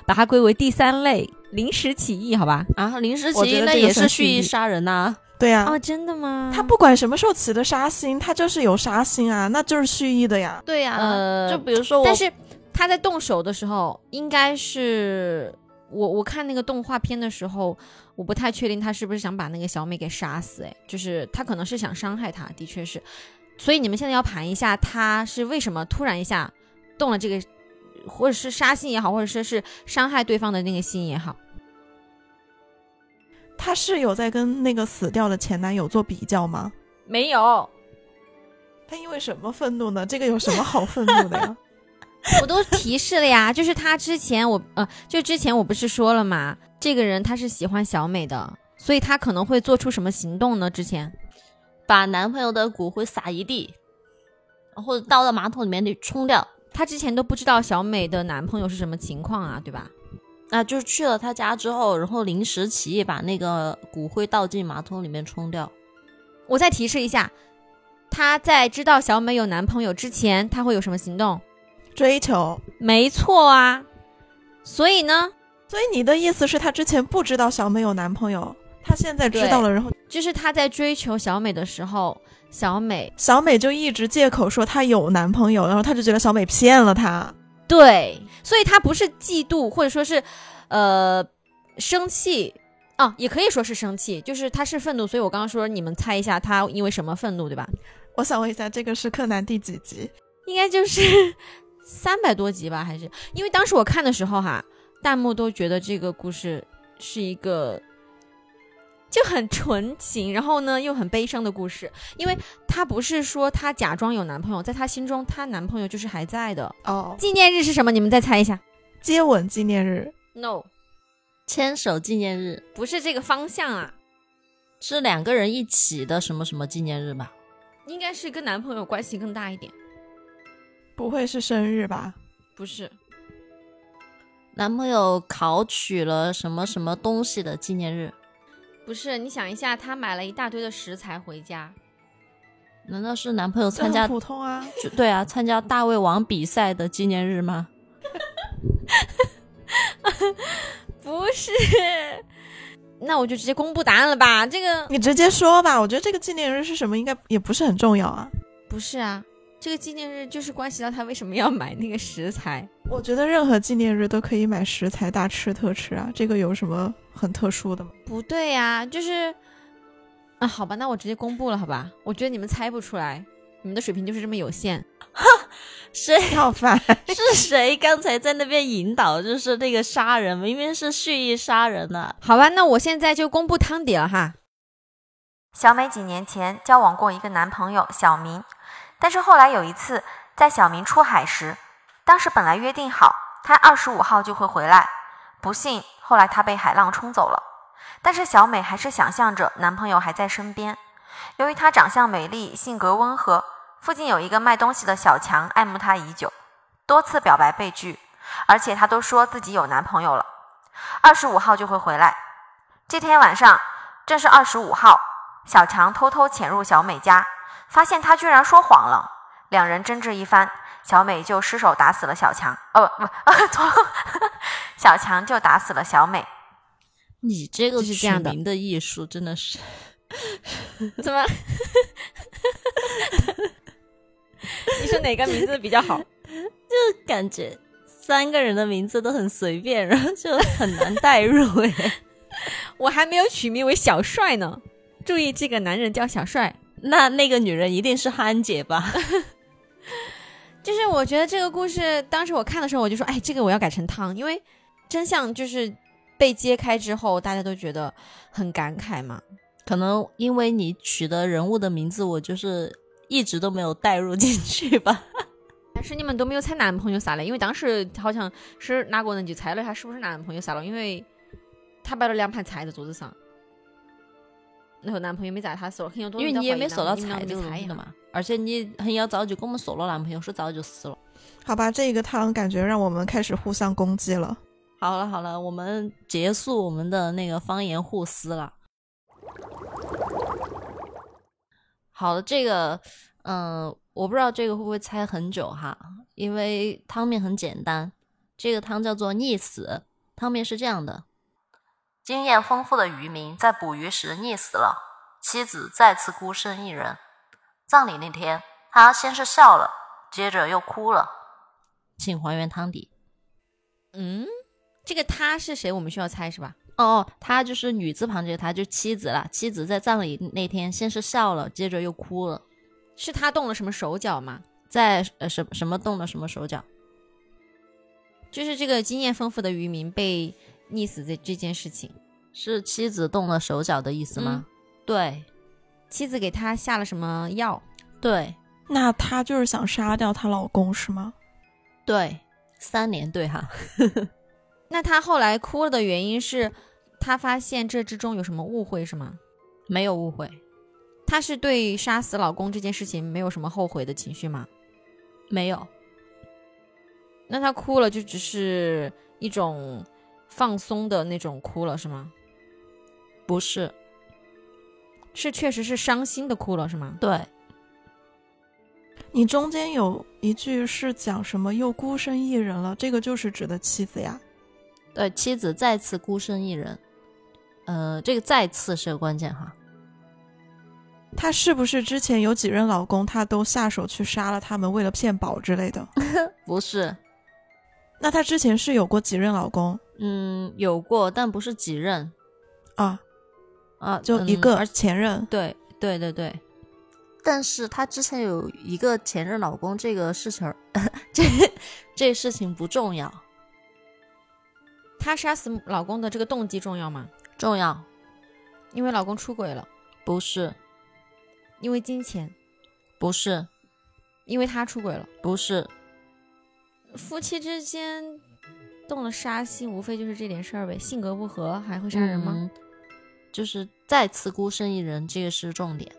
A: 把它归为第三类临时起意，好吧？
B: 啊，临时
C: 我
B: 起
C: 觉
B: 意
C: 得
B: 那
C: 这个
B: 也是
C: 算
B: 蓄
C: 蓄
B: 意
C: 意
B: 杀人呐、
C: 对呀、
A: 哦，真的吗？
C: 他不管什么时候起的杀心，他就是有杀心啊，那就是蓄意的呀。
B: 对呀、
A: 呃
B: 就比如说我，
A: 但是他在动手的时候，应该是我我看那个动画片的时候，我不太确定他是不是想把那个小美给杀死，哎，就是他可能是想伤害她，的确是。所以你们现在要盘一下，他是为什么突然一下动了这个，或者是杀心也好，或者说是伤害对方的那个心也好，
C: 他是有在跟那个死掉的前男友做比较吗？
A: 没有，
C: 他因为什么愤怒呢？这个有什么好愤怒的呀？
A: 我都提示了呀，就是他之前我呃，就之前我不是说了嘛，这个人他是喜欢小美的，所以他可能会做出什么行动呢？之前
B: 把男朋友的骨灰撒一地，或者倒到马桶里面去冲掉。
A: 他之前都不知道小美的男朋友是什么情况啊，对吧？
B: 啊，就是去了他家之后，然后临时起意把那个骨灰倒进马桶里面冲掉。
A: 我再提示一下，他在知道小美有男朋友之前，他会有什么行动？
C: 追求。
A: 没错啊，所以呢，
C: 所以你的意思是，她之前不知道小美有男朋友，她现在知道了，然后
A: 就是他在追求小美的时候，小美
C: 小美就一直借口说她有男朋友，然后她就觉得小美骗了她。
A: 对，所以她不是嫉妒，或者说是，呃，生气啊，也可以说是生气，就是她是愤怒。所以我刚刚说，你们猜一下她因为什么愤怒，对吧？
C: 我想问一下，这个是柯南第几集？
A: 应该就是 三百多集吧，还是因为当时我看的时候哈，弹幕都觉得这个故事是一个就很纯情，然后呢又很悲伤的故事，因为她不是说她假装有男朋友，在她心中她男朋友就是还在的。
C: 哦，
A: 纪念日是什么？你们再猜一下。
C: 接吻纪念日，
A: No，
B: 牵手纪念日
A: 不是这个方向啊，
B: 是两个人一起的什么什么纪念日吧？
A: 应该是跟男朋友关系更大一点，
C: 不会是生日吧？
A: 不是？
B: 男朋友考取了什么什么东西的纪念日？
A: 不是，你想一下，她买了一大堆的食材回家，
B: 难道是男朋友
C: 这
B: 参
C: 很
B: 加
C: 普通啊。
B: 就对啊参加大胃王比赛的纪念日吗？
A: 不是。 那我就直接公布答案了吧，这个
C: 你直接说吧，我觉得这个纪念日是什么，应该也不是很重要啊。
A: 不是啊，这个纪念日就是关系到他为什么要买那个食材。
C: 我觉得任何纪念日都可以买食材大吃特吃啊，这个有什么很特殊的吗？
A: 不对呀、就是啊，好吧，那我直接公布了，好吧？我觉得你们猜不出来，你们的水平就是这么有限。
B: 谁
C: 你好烦，
B: 是谁刚才在那边引导？就是那个杀人，明明是蓄意杀人啊呢、
A: 好吧，那我现在就公布汤底了哈。
D: 小美几年前交往过一个男朋友小明，但是后来有一次在小明出海时，当时本来约定好他二十五号就会回来，不幸后来他被海浪冲走了。但是小美还是想象着男朋友还在身边。由于她长相美丽，性格温和，附近有一个卖东西的小强爱慕她已久，多次表白被拒，而且她都说自己有男朋友了，二十五号就会回来。这天晚上正是二十五号，小强偷偷潜入小美家，发现她居然说谎了。两人争执一番，小美就失手打死了小强。哦不 不，错了，小强就打死了小美。
B: 你这个
A: 就是这样的
B: 取名的艺术真 的是，
A: 怎么？ 你说哪个名字比较好？
B: 就感觉三个人的名字都很随便，然后就很难代入哎。
A: 我还没有取名为小帅呢。注意，这个男人叫小帅。
B: 那那个女人一定是憨姐吧？
A: 就是我觉得这个故事，当时我看的时候，我就说，哎，这个我要改成汤，因为真相就是被揭开之后，大家都觉得很感慨嘛。
B: 可能因为你取的人物的名字，我就是一直都没有代入进去吧。
A: 但是你们都没有猜男朋友啥嘞？因为当时好像是哪个人就猜了一下是不是男朋友啥了，因为他摆了两盘菜在桌子上，然后男朋友没在他手，很有多
B: 因为你也没搜到
A: 猜
B: 彩这个东西
A: 呀
B: 的。嘛，而且你很要早就跟我们说了，男朋友是早就死了。
C: 好吧，这个汤感觉让我们开始互相攻击了。
B: 好了好了，我们结束我们的那个方言互撕了。好了，这个，嗯、我不知道这个会不会猜很久哈，因为汤面很简单，这个汤叫做溺死。汤面是这样的，
D: 经验丰富的渔民在捕鱼时溺死了，妻子再次孤身一人。葬礼那天，他先是笑了，接着又哭了。
B: 请还原汤底。
A: 嗯，这个他是谁？我们需要猜是吧？
B: 哦哦，她就是女字旁这个她，就是妻子啦。妻子在葬礼那天先是笑了，接着又哭了，
A: 是他动了什么手脚吗？
B: 在呃什什么动了什么手脚。
A: 就是这个经验丰富的渔民被溺死这这件事情，
B: 是妻子动了手脚的意思吗？
C: 嗯
B: 对
A: 妻子给他下了什么药？
B: 对，
C: 那她就是想杀掉她老公是吗？
B: 对，三年对哈，
A: 那他后来哭了的原因是，他发现这之中有什么误会是吗？
B: 没有误会，
A: 他是对杀死老公这件事情没有什么后悔的情绪吗？
B: 没有，
A: 那他哭了就只是一种放松的那种哭了是吗？
B: 不是，
A: 是确实是伤心的哭了是吗？
B: 对，
C: 你中间有一句是讲什么又孤身一人了，这个就是指的妻子呀。
B: 对，妻子再次孤身一人，呃，这个再次是个关键哈，
C: 她是不是之前有几任老公，她都下手去杀了他们，为了骗保之类的？
B: 不是，
C: 那她之前是有过几任老公
B: 嗯，有过，但不是几任
C: 啊？
B: 啊，
C: 就一
B: 嗯
C: 个
B: 而
C: 前任。
B: 对对对对，但是她之前有一个前任老公，这个事情儿，这这事情不重要，
A: 她杀死老公的这个动机重要吗？
B: 重要
A: 因为老公出轨了，
B: 不是
A: 因为金钱，
B: 不是
A: 因为她出轨了，
B: 不是，
A: 夫妻之间动了杀心，无非就是这点事儿呗。性格不合还会杀人吗？
B: 嗯就是再次孤身一人，这个是重点。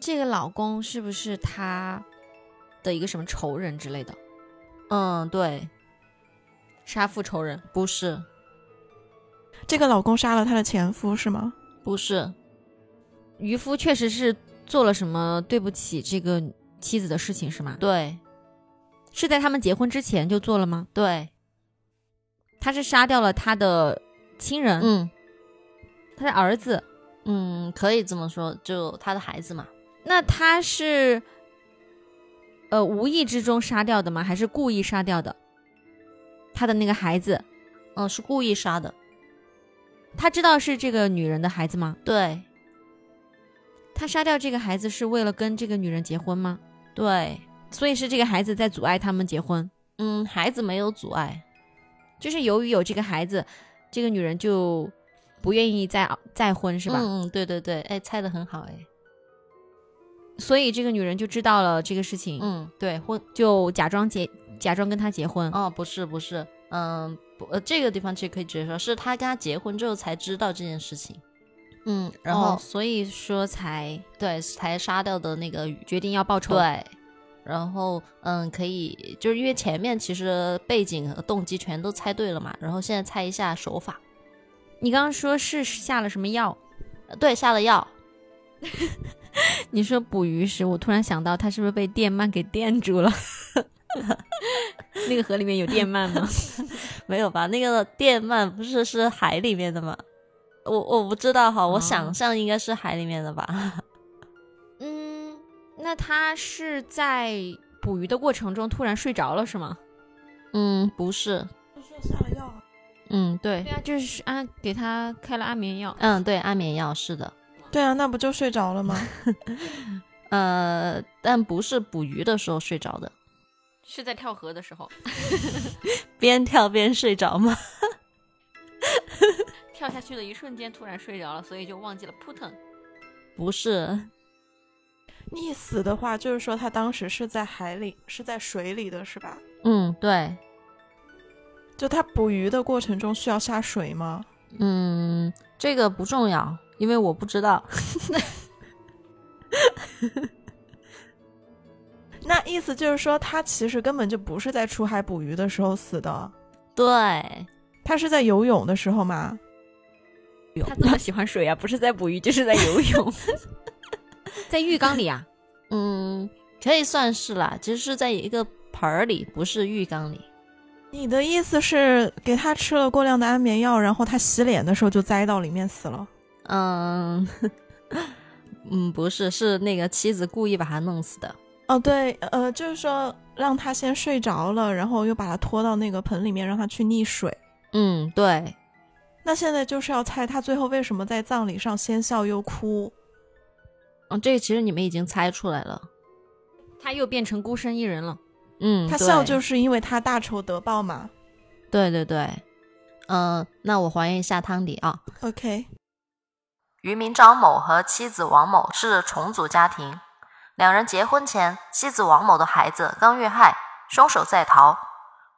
A: 这个老公是不是她的一个什么仇人之类的，
B: 嗯，对，
A: 杀父仇人？
B: 不是
C: 这个老公杀了她的前夫是吗？
B: 不是，
A: 渔夫确实是做了什么对不起这个妻子的事情是吗？
B: 对
A: 是在他们结婚之前就做了吗？
B: 对，
A: 他是杀掉了他的亲人，
B: 嗯
A: 他的儿子，
B: 嗯，可以这么说，就他的孩子嘛，
A: 那他是呃无意之中杀掉的吗？还是故意杀掉的？他的那个孩子，
B: 嗯，是故意杀的，
A: 他知道是这个女人的孩子吗？
B: 对
A: 他杀掉这个孩子是为了跟这个女人结婚吗？
B: 对，
A: 所以是这个孩子在阻碍他们结婚，
B: 嗯，孩子没有阻碍，
A: 就是由于有这个孩子，这个女人就不愿意再再婚是吧？
B: 嗯嗯，对对对，哎，猜的很好，哎，
A: 所以这个女人就知道了这个事情，
B: 嗯，对，婚，
A: 就假装结假装跟他结婚。
B: 哦，不是不是，嗯，不，呃，这个地方其实可以直接说，是他跟他结婚之后才知道这件事情，嗯，然后、
A: 哦所以说才
B: 对才杀掉的那个
A: 决定要报仇。，
B: 对，然后嗯，可以就是因为前面其实背景和动机全都猜对了嘛，然后现在猜一下手法。
A: 你刚刚说是下了什么药？
B: 呃对，下了药，
A: 你说捕鱼时，我突然想到，他是不是被电鳗给电住了？ 那个河里面有电鳗吗？
B: 没有吧？那个电鳗不是是海里面的吗？我我不知道哈，我
A: 哦
B: 想象应该是海里面的吧？
A: 嗯，那他是在捕鱼的过程中突然睡着了是吗？
B: 嗯，不是，
C: 下了药。啊
B: 嗯，对
A: 对，啊，就是安给他开了安眠药。
B: 嗯，对，安眠药是的，
C: 对啊，那不就睡着 了吗？
B: 呃，但不是捕鱼的时候睡着的，
A: 是在跳河的时候，
B: 边跳边睡着吗？
A: 跳下去的一瞬间突然睡着了，所以就忘记了扑腾。
B: 不是，
C: 溺死的话，就是说她当时是在海里，是在水里的是吧？
B: 嗯，对，
C: 就她捕鱼的过程中需要下水吗？
B: 嗯，这个不重要，因为我不知道。
C: 那意思就是说，她其实根本就不是在出海捕鱼的时候死的，
B: 对，
C: 她是在游泳的时候吗？
A: 他这么喜欢水啊，不是在捕鱼就是在游泳， 在浴缸里啊。
B: 嗯，可以算是啦，其实是在一个盆儿里，不是浴缸里。
C: 你的意思是给她吃了过量的安眠药，然后她洗脸的时候就栽到里面死了？
B: 嗯， 嗯，不是，是那个妻子故意把他弄死的。
C: 哦，对，呃，就是说让她先睡着了，然后又把她拖到那个盆里面，让她去溺水。
B: 嗯，对，
C: 那现在就是要猜她最后为什么在葬礼上先笑又哭。
B: 嗯，这个其实你们已经猜出来了。
A: 他又变成孤身一人了。
B: 嗯，
C: 她笑
B: 对
C: 就是因为她大仇得报嘛。
B: 对对对。嗯、那我还原一下汤底啊。
C: OK，
D: 渔民张某和妻子王某是重组家庭，两人结婚前，妻子王某的孩子刚遇害，
B: 凶手在逃。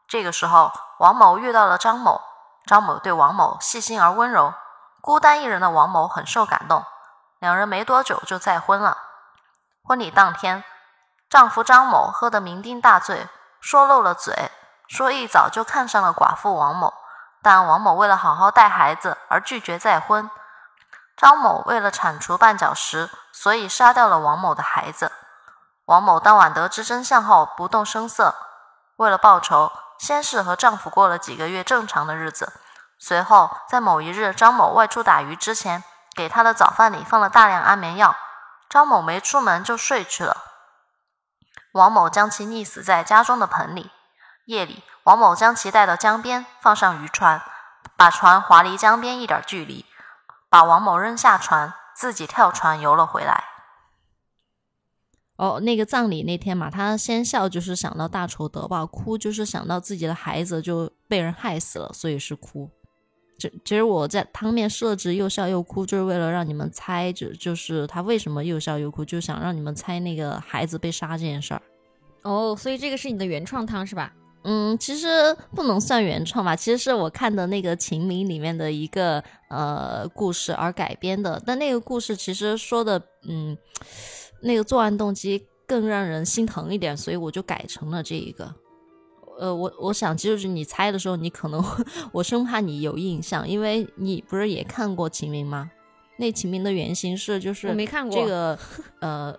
B: 这个时候，王某遇到了张某，张某对王某细心而温柔。孤单一人的王某很受感动，两人没多久就再婚了。婚礼当天，丈夫张某喝得酩酊大醉，说漏了嘴，说一早就看上了寡妇王某，但王某为了好好带孩子而拒绝再婚。张某为了铲除绊脚石，所以杀掉了王某的孩子。王某当晚得知真相后不动声色，为了报仇，先是和丈夫过了几个月正常的日子，随后在某一日张某外出打鱼之前，给他的早饭里放了大量安眠药，张某没出门就睡去了。王某将其溺死在家中的盆里。夜里，王某将其带到江边，放上渔船，把船划离江边一点距离。把王某扔下船，自己跳船游了回来。哦，那个葬礼那天嘛，他先笑就是想到大仇得报，哭就是想到自己的孩子就被人害死了，所以是哭。这其实我在汤面设置又笑又哭，就是为了让你们猜，就就是他为什么又笑又哭，就想让你们猜那个孩子被杀这件事儿。
A: 哦，所以这个是你的原创汤是吧？
B: 嗯，其实不能算原创吧，其实是我看的那个《秦明》里面的一个呃故事而改编的。但那个故事其实说的，嗯，那个作案动机更让人心疼一点，所以我就改成了这一个。呃，我我想就是你猜的时候，你可能我生怕你有印象，因为你不是也看过《秦明》吗？那《秦明》的原型是就是
A: 我没看过
B: 这个呃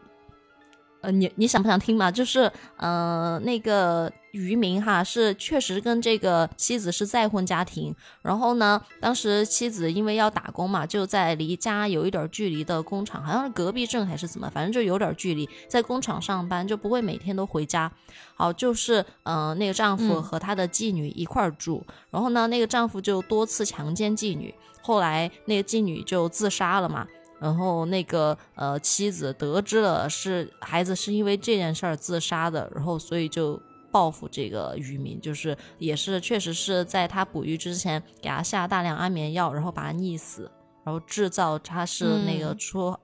B: 呃，你你想不想听嘛？就是呃，那个渔民哈是确实跟这个妻子是再婚家庭，然后呢，当时妻子因为要打工嘛，就在离家有一点距离的工厂，好像是隔壁镇还是怎么，反正就有点距离，在工厂上班就不会每天都回家。好，就是呃，那个丈夫
A: 嗯
B: 和他的妓女一块儿住，然后呢，那个丈夫就多次强奸妓女，后来那个妓女就自杀了嘛。然后那个呃妻子得知了是孩子是因为这件事儿自杀的，然后所以就报复这个渔民，就是也是确实是在他捕鱼之前给他下大量安眠药，然后把他溺死，然后制造他是那个
A: 嗯
B: 出、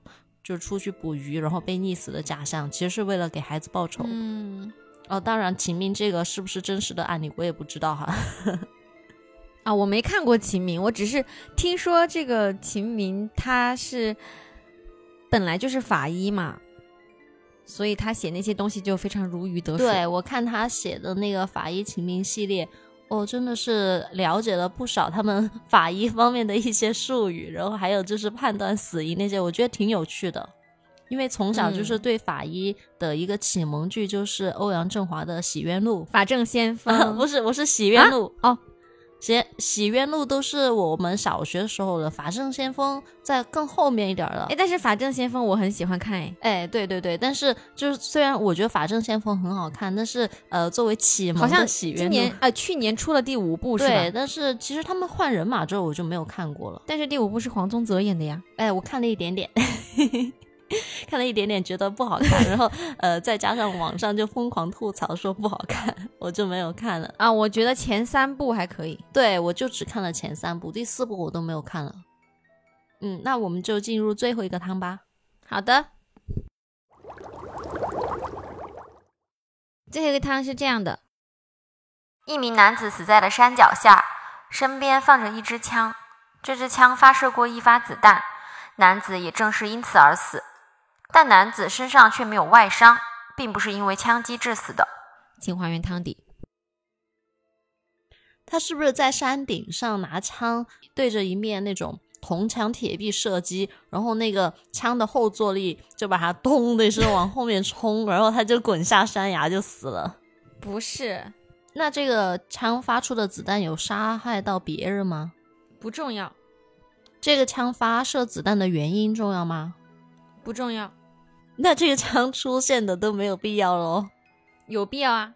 B: 就出去捕鱼然后被溺死的假象，其实是为了给孩子报仇。
A: 嗯，
B: 哦，当然秦明这个是不是真实的案例我也不知道哈。
A: 啊，我没看过《秦明》，我只是听说这个秦明他是本来就是法医嘛，所以他写那些东西就非常如鱼得水。
B: 对我看他写的那个法医秦明系列，我、真的是了解了不少他们 法医方面的一些术语，然后还有就是判断死因那些，我觉得挺有趣的。因为从小就是
A: 嗯
B: 对法医的一个启蒙剧，就是欧阳震华的《洗冤 录》
A: 法证先锋，
B: 不是，我是《洗冤录》
A: 嗯哦，
B: 洗洗冤录都是我们小学时候的，《法证先锋》在更后面一点儿了
A: 哎，。但是法证先锋我很喜欢看，哎，
B: 哎，对对对，但是就是虽然我觉得《法证先锋》很好看，但是呃，作为启蒙
A: 好像
B: 的洗冤
A: 今
B: 录
A: 年啊、去年出了第五部是
B: 对，
A: 吧？
B: 但是其实他们换人马之后，我就没有看过了。
A: 但是第五部是黄宗泽演的呀。
B: 哎，我看了一点点， 看了一点点，觉得不好看，然后呃，再加上网上就疯狂吐槽说不好看，我就没有看了。
A: 啊，我觉得前三部还可以。
B: 对，我就只看了前三部，第四部我都没有看了。嗯，那我们就进入最后一个汤吧。
A: 好的，最后一个汤是这样的，
D: 一名男子死在了山脚下，身边放着一支枪，这支枪发射过一发子弹，男子也正是因此而死，但男子身上却没有外伤，并不是因为枪击致死的。
A: 请还原汤底。
B: 他是不是在山顶上拿枪对着一面那种铜墙铁壁射击，然后那个枪的后坐力就把他咚的一声往后面冲，然后他就滚下山崖就死了。
A: 不是，
B: 那这个枪发出的子弹有杀害到别人吗？
A: 不重要，
B: 这个枪发射子弹的原因重要吗？
A: 不重要，
B: 那这个枪出现的都没有必要喽。
A: 有必要啊？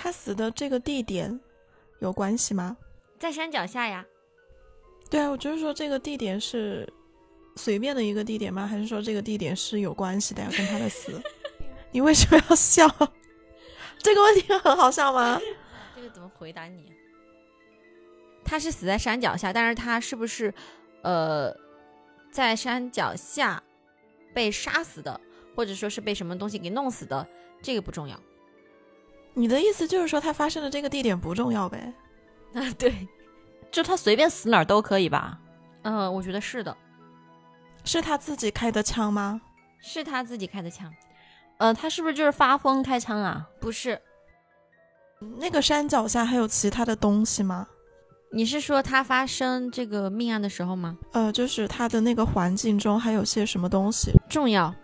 C: 他死的这个地点有关系吗？
A: 在山脚下呀。
C: 对啊，我就是说这个地点是随便的一个地点吗？还是说这个地点是有关系的呀？跟他的死？你为什么要笑？这个问题很好笑吗？
A: 这个怎么回答你？他是死在山脚下，但是他是不是呃在山脚下被杀死的，或者说是被什么东西给弄死的？这个不重要。
C: 你的意思就是说，它发生的这个地点不重要呗？
A: 啊， 对，
B: 就他随便死哪儿都可以吧？
A: 嗯，我觉得是的，
C: 是他自己开的枪吗？
A: 是他自己开的枪，
B: 呃，他是不是就是发疯开枪啊？
A: 不是？
C: 那个山脚下还有其他的东西吗？
A: 你是说他发生这个命案的时候吗？
C: 呃，就是他的那个环境中还有些什么东西？
A: 重要，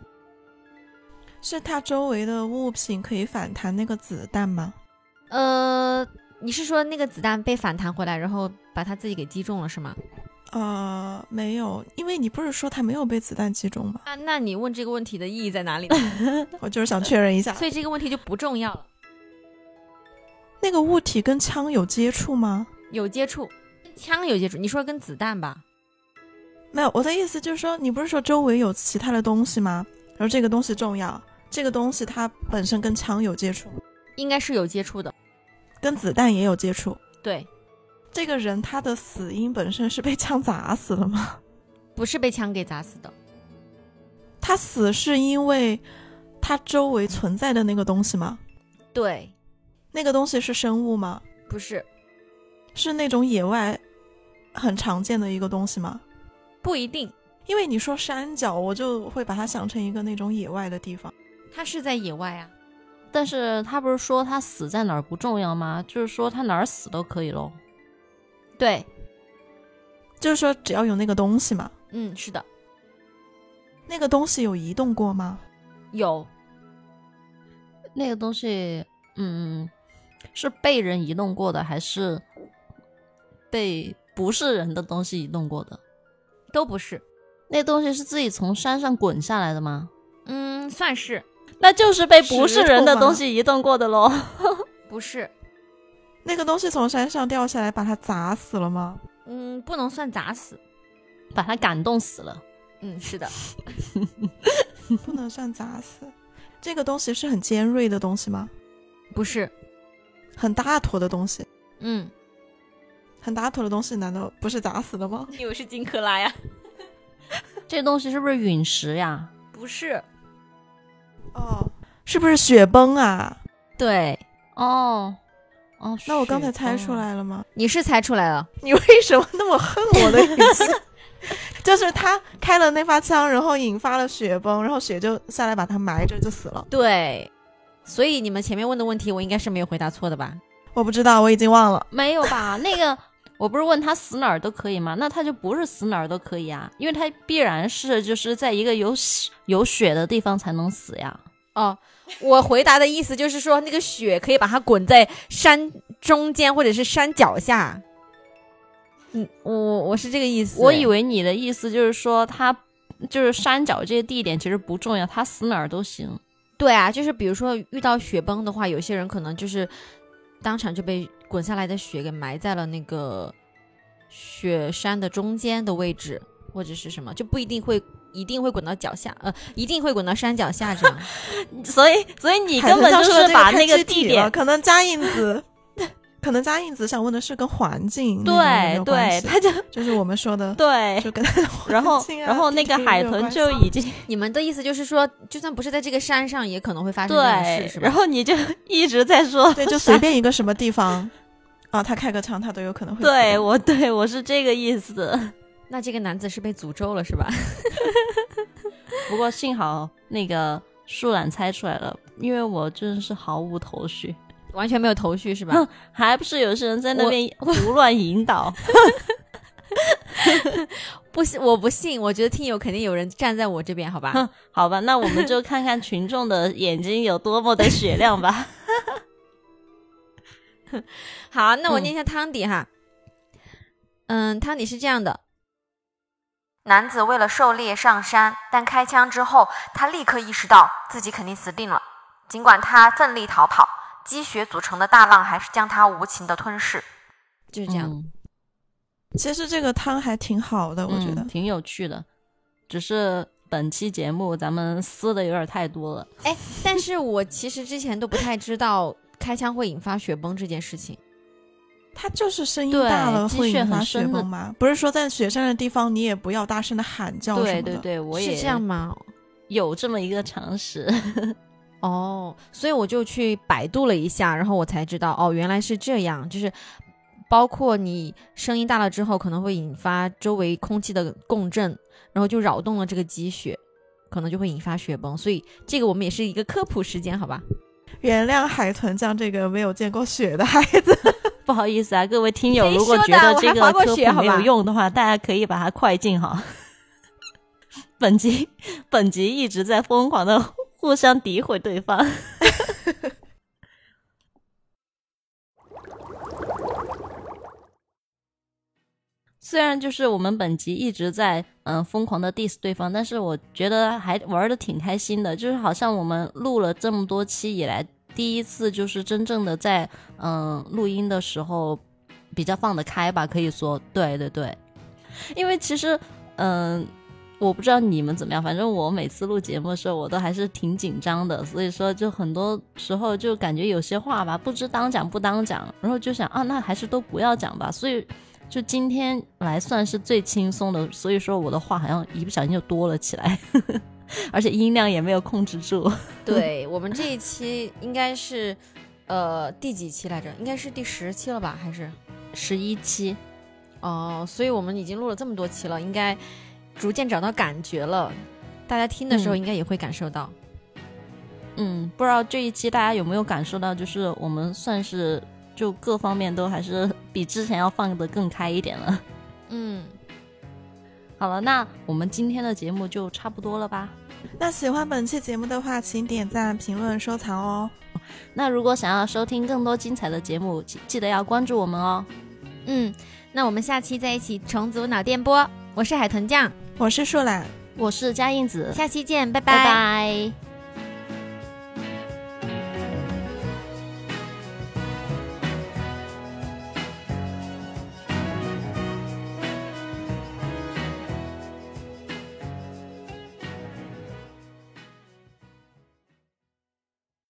C: 是他周围的物品可以反弹那个子弹吗？
A: 呃，你是说那个子弹被反弹回来，然后把他自己给击中了是吗？
C: 呃，没有，因为你不是说他没有被子弹击中吗？
A: 啊，那你问这个问题的意义在哪里呢？
C: 我就是想确认一下，
A: 所以这个问题就不重要了。
C: 那个物体跟枪有接触吗？
A: 有接触，跟枪有接触，你说跟子弹吧？
C: 没有，我的意思就是说，你不是说周围有其他的东西吗？然后这个东西重要，这个东西它本身跟枪有接触吗，
A: 应该是有接触的。
C: 跟子弹也有接触。
A: 对，
C: 这个人他的死因本身是被枪砸死了吗？
A: 不是被枪给砸死的。
C: 他死是因为他周围存在的那个东西吗？
A: 对，
C: 那个东西是生物吗？
A: 不是，
C: 是那种野外很常见的一个东西吗？
A: 不一定，
C: 因为你说山脚，我就会把它想成一个那种野外的地方。
A: 他是在野外啊。
B: 但是他不是说他死在哪儿不重要吗？就是说他哪儿死都可以喽。
A: 对，
C: 就是说，只要有那个东西嘛，
A: 嗯，是的，
C: 那个东西有移动过吗？
A: 有，
B: 那个东西，嗯，是被人移动过的，还是被不是人的东西移动过的？
A: 都不是。
B: 那东西是自己从山上滚下来的吗？
A: 嗯，算是
B: 那就是被不是人的
C: 石头吗
B: 东西移动过的喽。
A: 不是？
C: 那个东西从山上掉下来，把它砸死了吗？
A: 嗯，不能算砸死。
B: 把他感动死了。
A: 嗯，是的，
C: 不能算砸死。这个东西是很尖锐的东西吗？
A: 不是。
C: 很大坨的东西，
A: 嗯，
C: 很大坨的东西，难道不是砸死的吗？
A: 你以为是金克拉呀？
B: 这东西是不是陨石呀？
A: 不是。
C: 哦，是不是雪崩啊？
A: 对，
B: 哦，哦，
C: 那我刚才
B: 雪
C: 猜
B: 崩
C: 出来了吗？
A: 你是猜出来了。
C: 你为什么那么恨我的语气？就是他开了那发枪，然后引发了雪崩，然后雪就下来把他埋着就死了。
A: 对，所以你们前面问的问题，我应该是没有回答错的吧？
C: 我不知道，我已经忘了。
B: 没有吧？那个我不是问他死哪儿都可以吗？那他就不是死哪儿都可以啊，因为他必然是就是在一个有雪有雪的地方才能死呀。
A: 哦，我回答的意思就是说，那个雪可以把它滚在山中间或者是山脚下。嗯，我我是这个意思。
B: 我以
A: 为
B: 为你的意思就是说他就是山脚这些地点其实不重要，他死哪儿都行。
A: 对啊，就是比如说遇到雪崩的话，有些人可能就是当场就被滚下来的雪给埋在了那个雪山的中间的位置，或者是什么，就不一定会一定会滚到脚下，呃，一定会滚到山脚下这样。
B: 所以，所以你
C: 海
B: 根
C: 豚
B: 本
C: 教
B: 就
C: 授的
B: 是
C: 这
B: 把
C: 太
B: 那个
C: 具
B: 地
C: 体
B: 点
C: 了可能加印 子，可能加印子想问的是跟环境那种有没
B: 对
C: 有
B: 对
C: 关，系
B: 他就
C: 就是我们说的，
B: 对。
C: 就跟他的环
B: 然后，
C: 境啊
B: 然后那
C: 地
B: 个
C: 理有没
B: 海
C: 有
B: 豚
C: 关
B: 就
C: 系
B: 已经
A: 你们的意思就是说，就算不是在这个山上，也可能会发生这样的
B: 对
A: 事，是吧？
B: 哎然后你就一直在说，
C: 对，就随便一个什么地方啊，他开个枪，他都有可能会死
B: 对
C: 的
B: 我对我是这个意思。
A: 那这个男子是被诅咒了，是吧？
B: 不过幸好那个舒兰猜出来了，因为我真的是毫无头绪，
A: 完全没有头绪，是吧？
B: 哼还不是有些人在那边胡乱引导。
A: 不信，我不信，我觉得听友肯定有人站在我这边，好吧？
B: 哼好吧，那我们就看看群众的眼睛有多么的雪亮吧。
A: 好，那我
B: 嗯
A: 念一下汤底哈。嗯，汤底是这样的，
D: 男子为了狩猎上山，但开枪之后，他立刻意识到自己肯定死定了。尽管他奋力逃跑，积雪组成的大浪还是将他无情的吞噬。
A: 就是这样。
B: 嗯
C: 其实这个汤还挺好的，我觉
B: 嗯
C: 得。
B: 挺有趣的，只是本期节目咱们撕的有点太多了。
A: 哎、但是我其实之前都不太知道开枪会引发雪崩这件事情。
C: 它就是声音
B: 对
C: 大了
B: 积
C: 会
B: 雪
C: 引发
B: 很
C: 雪
B: 深的
C: 崩吗？不是说在雪山的地方你也不要大声的喊叫什
B: 对
C: 么的。
B: 对对，我
A: 是
B: 也
A: 这样吗？
B: 有这么一个常识。
A: 哦，所以我就去百度了一下，然后我才知道，哦，原来是这样，就是包括你声音大了之后，可能会引发周围空气的共振，然后就扰动了这个积雪，可能就会引发雪崩。所以这个我们也是一个科普时间，好吧？
C: 原谅海豚酱这个没有见过雪的孩子。
B: 不好意思啊，各位听友，
A: 谁
B: 如果
A: 说
B: 觉
A: 的
B: 得
A: 我
B: 这
A: 还
B: 个
A: 滑过
B: 科
A: 雪
B: 普
A: 好
B: 没有
A: 吧
B: 用的话，大家可以把它快进哈。 本集本集一直在疯狂的互相诋毁对方。 虽然就是我们本集一直在嗯、呃疯狂的 diss 对方，但是我觉得还玩的挺开心的，就是好像我们录了这么多期以来，第一次就是真正的在嗯、录音的时候比较放得开吧，可以说，对对对，因为其实嗯、我不知道你们怎么样，反正我每次录节目的时候，我都还是挺紧张的，所以说就很多时候就感觉有些话吧，不知当讲不当讲，然后就想啊，那还是都不要讲吧，所以。就今天来算是最轻松的，所以说我的话好像一不小心就多了起来， 而且音量也没有控制住。
A: 对我们这一期应该是，呃，第几期来着？应该是第十期了吧？还是？
B: 十一期，
A: 哦，所以我们已经录了这么多期了，应该逐渐找到感觉了。大家听的时候
B: 嗯
A: 应该也会感受到。
B: 嗯，不知道这一期大家有没有感受到，就是我们算是就各方面都还是 比之前要放得更开一点了。
A: 嗯，
B: 好了，那我们今天的节目就差不多了吧？
C: 那喜欢本期节目的话，请点赞、评论、收藏哦。
B: 那如果想要收听更多精彩的节目，记记得要关注我们哦。
A: 嗯，那我们下期再一起重组脑电波。我是海豚酱，
C: 我是树懒，
B: 我是佳印子，
A: 下期见，
B: 拜拜